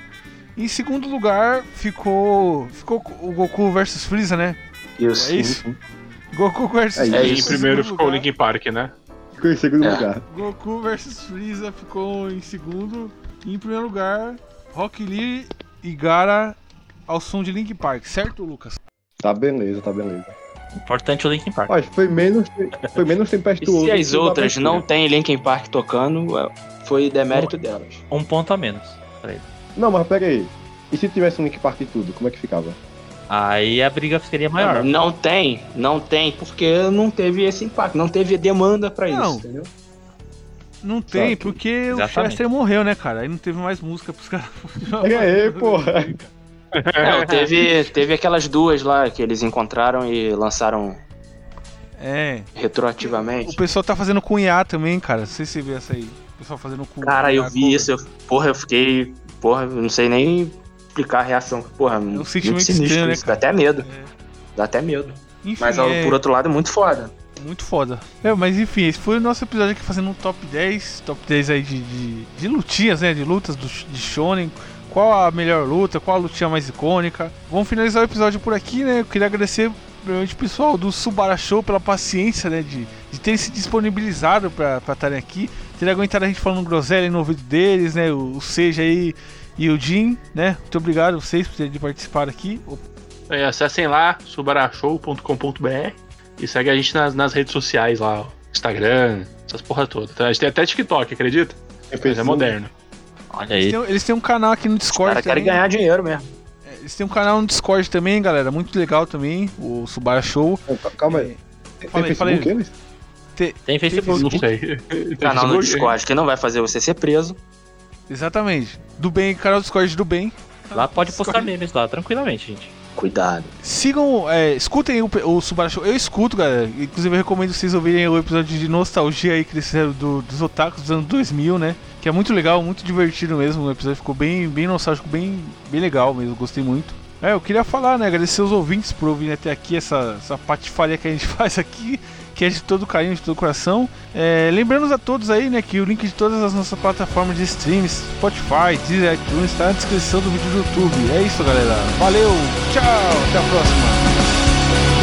Speaker 2: Em segundo lugar, ficou ficou o Goku versus Freeza, né?
Speaker 4: Isso.
Speaker 2: É isso? Goku versus
Speaker 3: É isso.
Speaker 6: E
Speaker 4: É
Speaker 6: em
Speaker 4: isso.
Speaker 6: primeiro
Speaker 2: Em segundo
Speaker 6: ficou o
Speaker 2: lugar,
Speaker 6: Linkin Park, né?
Speaker 3: Ficou em segundo
Speaker 4: É.
Speaker 3: lugar.
Speaker 2: Goku versus Freeza ficou em segundo. E em primeiro lugar, Rock Lee e Gara ao som de Link Park, certo, Lucas?
Speaker 3: Tá beleza, tá beleza.
Speaker 5: Importante o Linkin Park.
Speaker 3: Mas foi menos, foi menos
Speaker 4: E
Speaker 3: tempestuoso.
Speaker 4: se as
Speaker 3: que o da
Speaker 4: outras não
Speaker 3: abertura.
Speaker 4: tem Linkin Park tocando, é, foi demérito delas.
Speaker 5: Um ponto a menos.
Speaker 3: Não, mas pera aí. E se tivesse um Link Park e tudo, como é que ficava?
Speaker 5: Aí a briga seria maior.
Speaker 4: Não tem, não tem, porque não teve esse impacto, não teve demanda pra é isso,
Speaker 2: Não.
Speaker 4: entendeu?
Speaker 2: Não tem,
Speaker 3: Exato.
Speaker 2: porque o
Speaker 5: Exatamente.
Speaker 2: Chester morreu, né, cara? Aí não teve mais música pros caras.
Speaker 3: E aí, porra?
Speaker 4: Não, É, teve, teve aquelas duas lá que eles encontraram e lançaram
Speaker 2: É.
Speaker 4: retroativamente.
Speaker 2: O pessoal tá fazendo com IA também, cara. Não sei se você vê essa aí. O pessoal fazendo com
Speaker 4: Cara, eu
Speaker 2: com
Speaker 4: vi isso, eu, porra, eu fiquei. Porra, eu não sei nem explicar a reação. Porra, muito
Speaker 2: sentimento
Speaker 4: sinistro
Speaker 2: estranho, né,
Speaker 4: isso, dá até medo. Dá até medo.
Speaker 2: Enfim,
Speaker 4: Mas
Speaker 2: é
Speaker 4: por outro lado é muito foda.
Speaker 2: muito foda. É, mas enfim, esse foi o nosso episódio aqui fazendo um top 10. Top 10 aí de, de, de lutinhas, né? De lutas do, sh- de Shonen. Qual a melhor luta, qual a lutinha mais icônica. Vamos finalizar o episódio por aqui, né? Eu queria agradecer primeiramente o pessoal do Subara Show pela paciência, né? De, de terem se disponibilizado pra pra estarem aqui. Terem aguentado a gente falando groselha no ouvido deles, né? O, o Seja aí e o Jim, né? Muito obrigado a vocês por terem participado aqui.
Speaker 6: É, acessem lá, subarachou.com.br e segue a gente nas, nas redes sociais lá, ó. Instagram, essas porra toda. Tá? A gente tem até TikTok, acredita? Mas é moderno.
Speaker 5: Olha
Speaker 2: Eles
Speaker 5: aí.
Speaker 2: têm, eles têm um canal aqui no
Speaker 4: Os
Speaker 2: Discord.
Speaker 4: caras querem
Speaker 2: também. né.
Speaker 4: ganhar dinheiro mesmo.
Speaker 2: Eles têm um canal no Discord também, galera. Muito legal também. O Subara Show.
Speaker 3: Calma aí. Tem
Speaker 2: Fala aí, fala aí.
Speaker 3: Facebook eles?
Speaker 5: Tem Facebook.
Speaker 6: Não sei.
Speaker 4: Canal
Speaker 2: é.
Speaker 4: no Discord, que não vai fazer você ser preso.
Speaker 2: Exatamente. Do bem, canal do Discord do bem.
Speaker 5: Lá pode postar
Speaker 2: Discord.
Speaker 5: memes lá, tranquilamente, gente.
Speaker 4: Cuidado.
Speaker 2: Sigam, é, escutem o, o Subara Show. Eu escuto, galera. Inclusive, eu recomendo vocês ouvirem o episódio de nostalgia aí que eles fizeram do, dos otakus dos anos 2000, né? Que é muito legal, muito divertido mesmo. O episódio ficou bem, bem nostálgico, bem, bem legal mesmo. Gostei muito. É, eu queria falar, né? Agradecer os ouvintes por ouvirem até aqui essa, essa patifaria que a gente faz aqui, que é de todo carinho, de todo coração. É, lembrando a todos aí, né, que o link de todas as nossas plataformas de streams, Spotify, Deezer, iTunes, está na descrição do vídeo do YouTube. É isso, galera. Valeu, tchau, até a próxima.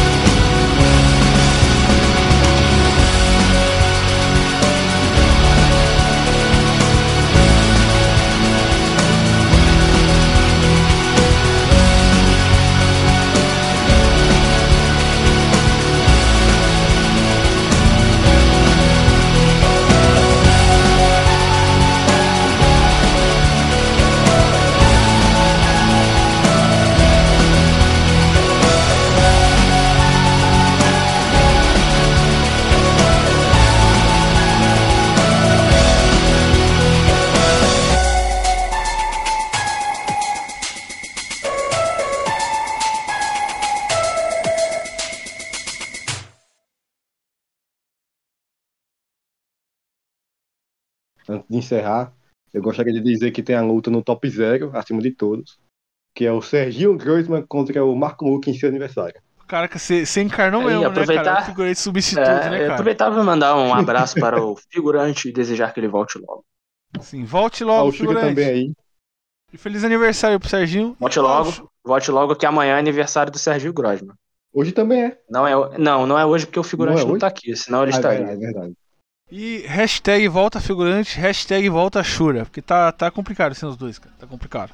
Speaker 3: Antes de encerrar, eu gostaria de dizer que tem a luta no top zero, acima de todos, que é o Serginho Groisman contra o Marco Luque em seu aniversário.
Speaker 2: Caraca, você você encarnou
Speaker 4: Aí,
Speaker 2: mesmo, né, cara?
Speaker 4: aproveitar-
Speaker 2: O figurante substituto, né,
Speaker 4: É, eu
Speaker 2: cara?
Speaker 4: aproveitava pra mandar um abraço para o figurante e desejar que ele volte logo.
Speaker 2: Sim, volte
Speaker 3: Ah,
Speaker 2: logo,
Speaker 3: o Chico
Speaker 2: figurante.
Speaker 3: também aí.
Speaker 2: E feliz aniversário pro Serginho.
Speaker 4: Volte logo, volte logo que amanhã é aniversário do Sérgio Grosman.
Speaker 3: Hoje também é.
Speaker 4: Não é, não, não é hoje porque o figurante
Speaker 3: Não é
Speaker 4: não,
Speaker 3: hoje?
Speaker 4: tá aqui, senão ele
Speaker 3: Ah, é
Speaker 4: estaria.
Speaker 3: verdade, é verdade.
Speaker 2: E hashtag volta figurante, hashtag volta Shura. Porque tá, tá complicado sendo os dois, cara. Tá complicado.